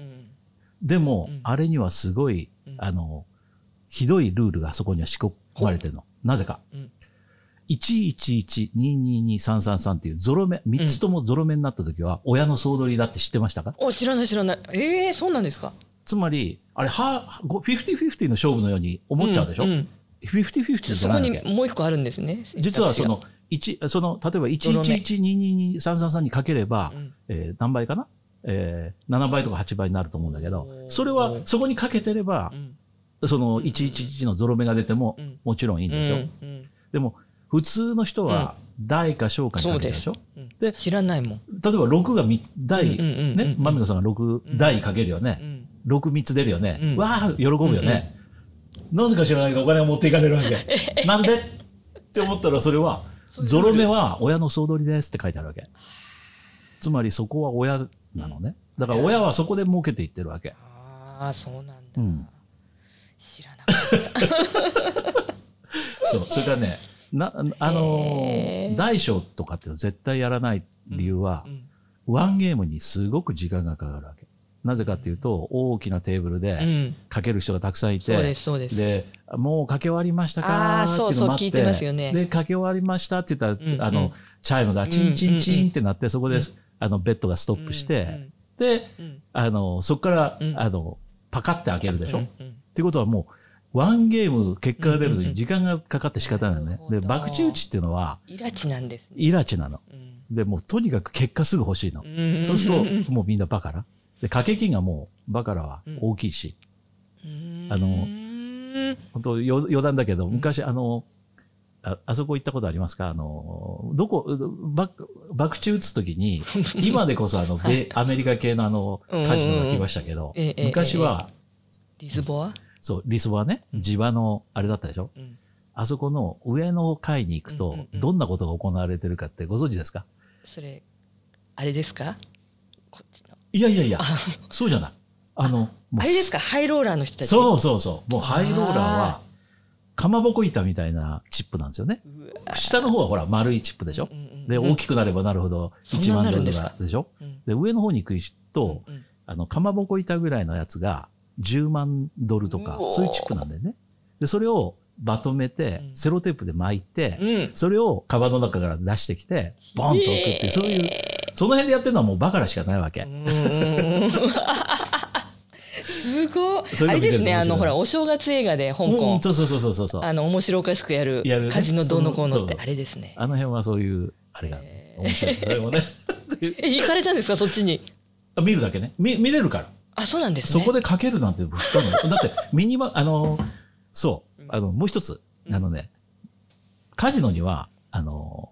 Speaker 2: うん
Speaker 1: でも、
Speaker 2: うん
Speaker 1: あれにはすごい、
Speaker 2: うん
Speaker 1: あの、ひどいルールがそこには仕込まれてるの。なぜか。
Speaker 2: うん
Speaker 1: 111-222-333っていうゾロ目、3つともゾロ目になった時は、親の総取りだって知ってましたか、
Speaker 2: お知らない知らないええそうなんですか
Speaker 1: つまり、あれ、は、ご50-50の勝負のように思っちゃうでしょ、
Speaker 2: うんうん
Speaker 1: 50-50って
Speaker 2: そ
Speaker 1: じゃな
Speaker 2: こ
Speaker 1: いん
Speaker 2: に
Speaker 1: だっけ
Speaker 2: もう一個あるんですね
Speaker 1: 実は
Speaker 2: 選
Speaker 1: そ
Speaker 2: 択肢が
Speaker 1: の、一その例えば
Speaker 2: ゾロ目
Speaker 1: 111222333にかければ、
Speaker 2: うん
Speaker 1: えー何倍かな、えー、7倍とか8倍になると思うんだけど
Speaker 2: お、ー
Speaker 1: それはそこにかけてれば
Speaker 2: う、ん
Speaker 1: その111のゾロ目が出ても
Speaker 2: うん
Speaker 1: もちろんいいんですよ。
Speaker 2: うんうん
Speaker 1: でも、普通の人は、大か小かに
Speaker 2: そ
Speaker 1: か
Speaker 2: う
Speaker 1: ける
Speaker 2: で
Speaker 1: ですしょ
Speaker 2: うん
Speaker 1: で
Speaker 2: 知らないもん
Speaker 1: 例えば6がみ大、
Speaker 2: うんうんうんうん
Speaker 1: ね、まみこさんが6、大かけるよね。
Speaker 2: うん
Speaker 1: 六三つ出るよね、
Speaker 2: うん
Speaker 1: わあ喜ぶよ ね、なぜか知らないがお金を持っていかれるわけなんでって思ったらそれは
Speaker 2: そういう
Speaker 1: ゾロ目は親の総取りですって書いてあるわけ。つまりそこは親なのね。だから親はそこで儲けていってるわけ。
Speaker 2: ああそうなん
Speaker 1: う
Speaker 2: だ、
Speaker 1: ん。
Speaker 2: 知らなかった
Speaker 1: そう。それからね、な、あの
Speaker 2: へ
Speaker 1: ー
Speaker 2: ー
Speaker 1: 大小とかっていうの絶対やらない理由は、
Speaker 2: うん
Speaker 1: ワンゲームにすごく時間がかかるわけ。なぜかっていうと、大きなテーブル
Speaker 2: う
Speaker 1: で
Speaker 2: ん
Speaker 1: かける人がたくさんいて、
Speaker 2: そうですそうです
Speaker 1: で、もうかけ終わりましたか
Speaker 2: あー
Speaker 1: って
Speaker 2: そう
Speaker 1: い
Speaker 2: そ
Speaker 1: の
Speaker 2: う
Speaker 1: もあって
Speaker 2: 聞いてますよね
Speaker 1: で、かけ終わりましたって言ったら、
Speaker 2: うんうん
Speaker 1: あの、チャイムがチンチンチンってなって、そこで、あの、ベッドがストップして、で、
Speaker 2: うん
Speaker 1: あの、そこから、
Speaker 2: うん
Speaker 1: あの、パカって開けるでしょ。
Speaker 2: う
Speaker 1: っ
Speaker 2: んうん
Speaker 1: ていうことはもう、ワンゲーム結果が出るの
Speaker 2: うんうんう
Speaker 1: に
Speaker 2: ん
Speaker 1: 時間がかかって仕方ないの
Speaker 2: な
Speaker 1: ね
Speaker 2: る。ほ
Speaker 1: で、
Speaker 2: ど
Speaker 1: 博打打ちっていうのは、
Speaker 2: イラチなんですね、
Speaker 1: イラチなの。
Speaker 2: うん
Speaker 1: で、もうとにかく結果すぐ欲しいの。
Speaker 2: うん
Speaker 1: そうすると、もうみんなバカラ。で、掛け金がもう、バカラは大きいし、あの
Speaker 2: の
Speaker 1: 本当よ余談だけど、昔、あの、ああそこ行ったことありますかあの、どこ、バ爆打つときに、 今でこそあの、米アメリカ系のあの、カジノが来ましたけど
Speaker 2: うんうんうんえええ、え
Speaker 1: 昔は、
Speaker 2: リズボア、
Speaker 1: そう、リスボはね、地場のあれだったでしょ
Speaker 2: うん
Speaker 1: あそこの上の階に行く
Speaker 2: うんう
Speaker 1: と
Speaker 2: ん、うん
Speaker 1: どんなことが行われてるかってご存知ですか
Speaker 2: それあれですかこっちの
Speaker 1: いやいやいや、そうじゃない。あの、もう
Speaker 2: あれですかハイローラーの人たち
Speaker 1: そうそうそう。もうハイローラーは
Speaker 2: あ、
Speaker 1: かまぼこ板みたいなチップなんですよね。下の方はほら丸いチップでしょ
Speaker 2: うんうんうん。
Speaker 1: で、大きくなればなるほど
Speaker 2: そんな
Speaker 1: 1
Speaker 2: に
Speaker 1: 万
Speaker 2: な
Speaker 1: ド
Speaker 2: る
Speaker 1: ル
Speaker 2: ん
Speaker 1: で
Speaker 2: で
Speaker 1: し
Speaker 2: すか
Speaker 1: ょ
Speaker 2: うん
Speaker 1: で、上の方に行くと
Speaker 2: うんうん、
Speaker 1: あの、かまぼこ板ぐらいのやつが10万ドルとか
Speaker 2: うお、ー
Speaker 1: そういうチップなんだよね。で、それをまとめて、
Speaker 2: ん
Speaker 1: セロテープで巻いて、
Speaker 2: うん
Speaker 1: それをカバンの中から出してきて、ボンと置くっていう、そういう、その辺でやってるのはもうバカラしかないわけ。
Speaker 2: すごい
Speaker 1: そういうの見てると
Speaker 2: あれです
Speaker 1: 面白
Speaker 2: ね
Speaker 1: い
Speaker 2: あのほらお正月映画で香
Speaker 1: う
Speaker 2: 港
Speaker 1: んそうそうそうそうそうそう。
Speaker 2: あの面白おかしくやる
Speaker 1: やるね
Speaker 2: カジノどうのこうのって
Speaker 1: そう
Speaker 2: あれですね
Speaker 1: あの辺はそういう、あれが面白い。それもね。 っていう
Speaker 2: え行かれたんですかそっちに
Speaker 1: あ見るだけね。見見れるから。
Speaker 2: あそうなんです
Speaker 1: そ
Speaker 2: ね
Speaker 1: こでかけるなんて不可能。だって、ミニマ、あの、そう、あの、もう一つ、あのね、カジノには、あの、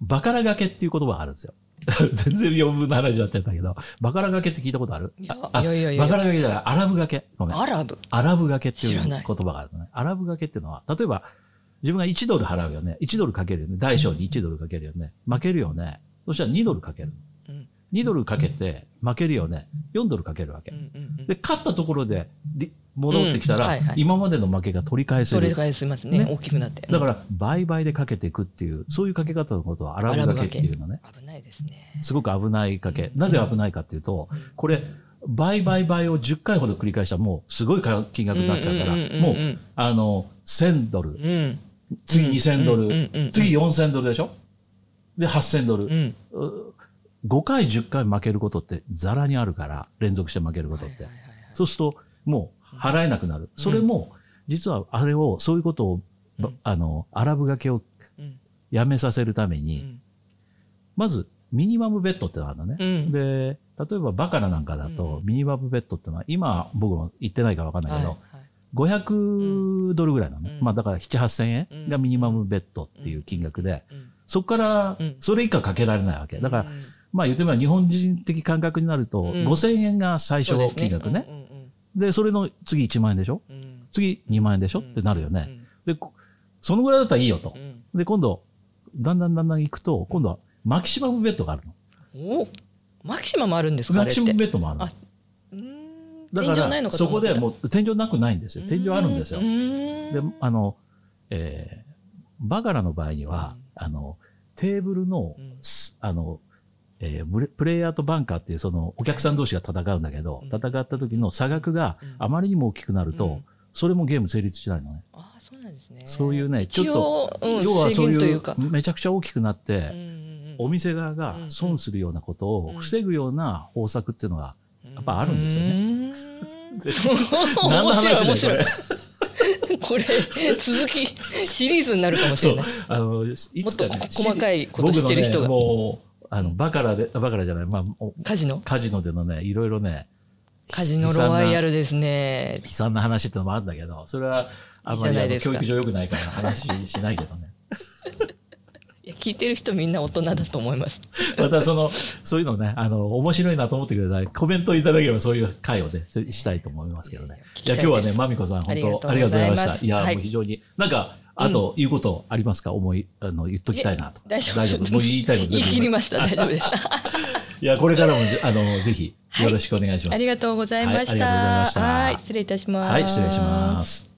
Speaker 1: バカラがけっていう言葉があるんですよ。 全然余分な話になっちゃったけど、バカラがけって聞いたことある
Speaker 2: いや
Speaker 1: あ
Speaker 2: いやいやいや
Speaker 1: バカラがけじゃない、アラブがけ。ごめん。
Speaker 2: アラブ
Speaker 1: アラブがけっていう
Speaker 2: 知ら
Speaker 1: 言
Speaker 2: ない
Speaker 1: 葉があるのね。アラブがけっていうのは、例えば、自分が1ドル払うよね。1ドルかけるよね。大小に1ドルかけるよね。負けるよね。そしたら2ドルかける。
Speaker 2: うん
Speaker 1: 2ドルかけて負けるよね。4ドルかけるわけ
Speaker 2: うん。うんうん
Speaker 1: で、勝ったところでり戻ってきた
Speaker 2: うん
Speaker 1: ら
Speaker 2: はいはい、
Speaker 1: 今までの負けが取り返せ
Speaker 2: それ
Speaker 1: る。
Speaker 2: がすみませんね
Speaker 1: ね
Speaker 2: 大きくなって
Speaker 1: だから、倍々でかけていくっていう、そういうかけ方のことはアラブがけっていうのね。
Speaker 2: 危ないですね
Speaker 1: すごく危ないかけ。なぜ危ないかっていうと、これ、倍倍倍を10回ほど繰り返したらもうすごい金額になっちゃうから
Speaker 2: うんうんうんうんう、ん
Speaker 1: もう、あの、1000ドル、
Speaker 2: うん
Speaker 1: 次2000ド
Speaker 2: うんうんうんう
Speaker 1: ル、
Speaker 2: ん
Speaker 1: 次4000ドルでしょで、8000ドル
Speaker 2: う。ん
Speaker 1: 5回、10回負けることってザラにあるから、連続して負けることって。そうすると、もう払えなくなる。それも、実はあれを、そういうことを、ばあの、アラブ掛けを
Speaker 2: うん
Speaker 1: やめさせるため
Speaker 2: う
Speaker 1: に
Speaker 2: ん、
Speaker 1: まず、ミニマムベッドってのがあるのね。
Speaker 2: うん
Speaker 1: で、例えばバカラなんかだと、ミニマムベッドってのは、今僕も行ってないからわかんない
Speaker 2: はい
Speaker 1: け
Speaker 2: は
Speaker 1: ど
Speaker 2: い、
Speaker 1: 500ドルぐらいなのね。
Speaker 2: うん
Speaker 1: まあだから7、8000円がミニマムベッドっていう金額で、
Speaker 2: うん
Speaker 1: そこから
Speaker 2: うん
Speaker 1: それ以下かけられないわけ。だから
Speaker 2: うん、
Speaker 1: まあ言ってみれば日本人的感覚になると、
Speaker 2: ん
Speaker 1: 5000円が最
Speaker 2: そ
Speaker 1: 初
Speaker 2: うで
Speaker 1: の
Speaker 2: す
Speaker 1: 金額ね。
Speaker 2: うんうん
Speaker 1: で、それの次1万円でしょ
Speaker 2: うんうん
Speaker 1: 次2万円でしょってなるよね。で、こそのぐらいだったらいいよと
Speaker 2: う。ん
Speaker 1: で、今度、だんだんだんだん行くと、今度はマキシマムベッドがあるの。
Speaker 2: おマキシマムあるんですかあ
Speaker 1: マ
Speaker 2: れ
Speaker 1: キシ
Speaker 2: って
Speaker 1: マムベッドもあるの
Speaker 2: あ。うーん
Speaker 1: だ
Speaker 2: 天井
Speaker 1: か
Speaker 2: ない
Speaker 1: ら、
Speaker 2: のか
Speaker 1: そこで
Speaker 2: う
Speaker 1: もう天井なくないんですよ。天井あるんですよ
Speaker 2: う。ーん
Speaker 1: で、あの、えーバガラの場合には、あの、テーブルの、
Speaker 2: うん
Speaker 1: すあの、えーブレプレイヤーとバンカーっていう、その、お客さん同士が戦うんだけど、
Speaker 2: うん
Speaker 1: 戦った時の差額があまりにも大きくなると、
Speaker 2: うん
Speaker 1: それもゲーム成立しないのね。
Speaker 2: あーそうなんですね
Speaker 1: そういうね、ち
Speaker 2: 一
Speaker 1: ょ
Speaker 2: 応
Speaker 1: っと、
Speaker 2: うん
Speaker 1: 要は
Speaker 2: 制
Speaker 1: そう
Speaker 2: 限と
Speaker 1: い
Speaker 2: いううか、
Speaker 1: めちゃくちゃ大きくなって、
Speaker 2: うんうんうん
Speaker 1: お店側が損するようなことを防ぐような方策っていうのが、やっぱあるんですよね。
Speaker 2: う ーん
Speaker 1: 何の
Speaker 2: 面白い
Speaker 1: 話だ
Speaker 2: 面
Speaker 1: よこ
Speaker 2: 白
Speaker 1: れ
Speaker 2: いこれ続きシリーズになるかもしれない
Speaker 1: そうあのいつかね
Speaker 2: もっとこ細かいことしてる人が
Speaker 1: 僕のねもうあのバカラでバカラじゃない、まあ、お
Speaker 2: カジノ
Speaker 1: カジノでのねいろいろね
Speaker 2: カジノロワイヤ
Speaker 1: ル
Speaker 2: ルですね
Speaker 1: 悲惨な話ってのもあるんだけどそれはあんま
Speaker 2: いいじ
Speaker 1: り
Speaker 2: ゃな
Speaker 1: あ
Speaker 2: い
Speaker 1: の
Speaker 2: です
Speaker 1: 教
Speaker 2: か
Speaker 1: 育上良くないから話しないけどね
Speaker 2: いや聞いてる人みんな大人だと思います
Speaker 1: またそのそういうのねあの面白いなと思ってくださいコメントいただければそういう会をねせしたいと思いますけどねい
Speaker 2: いや
Speaker 1: や
Speaker 2: いや聞きたい
Speaker 1: 今日は
Speaker 2: で
Speaker 1: ね
Speaker 2: す
Speaker 1: まみこさん本当あ
Speaker 2: あ
Speaker 1: りがとう
Speaker 2: りがとう
Speaker 1: ご
Speaker 2: ご
Speaker 1: ざ
Speaker 2: ざ
Speaker 1: い
Speaker 2: い
Speaker 1: ま
Speaker 2: ます
Speaker 1: したいや、
Speaker 2: はい
Speaker 1: もう非常になんかあと、言うことありますか思い、あの、言っときたいなと。
Speaker 2: 大丈夫です
Speaker 1: もう言いたいこと
Speaker 2: 言い切りました。大丈夫 でした。
Speaker 1: いや、これからも、じゃあの、ぜひ、よろしくお願いしま
Speaker 2: あ
Speaker 1: す。
Speaker 2: りがとうございまし
Speaker 1: はいあ
Speaker 2: た。
Speaker 1: りがとうございました
Speaker 2: はい失礼いたします。
Speaker 1: はい、失礼します。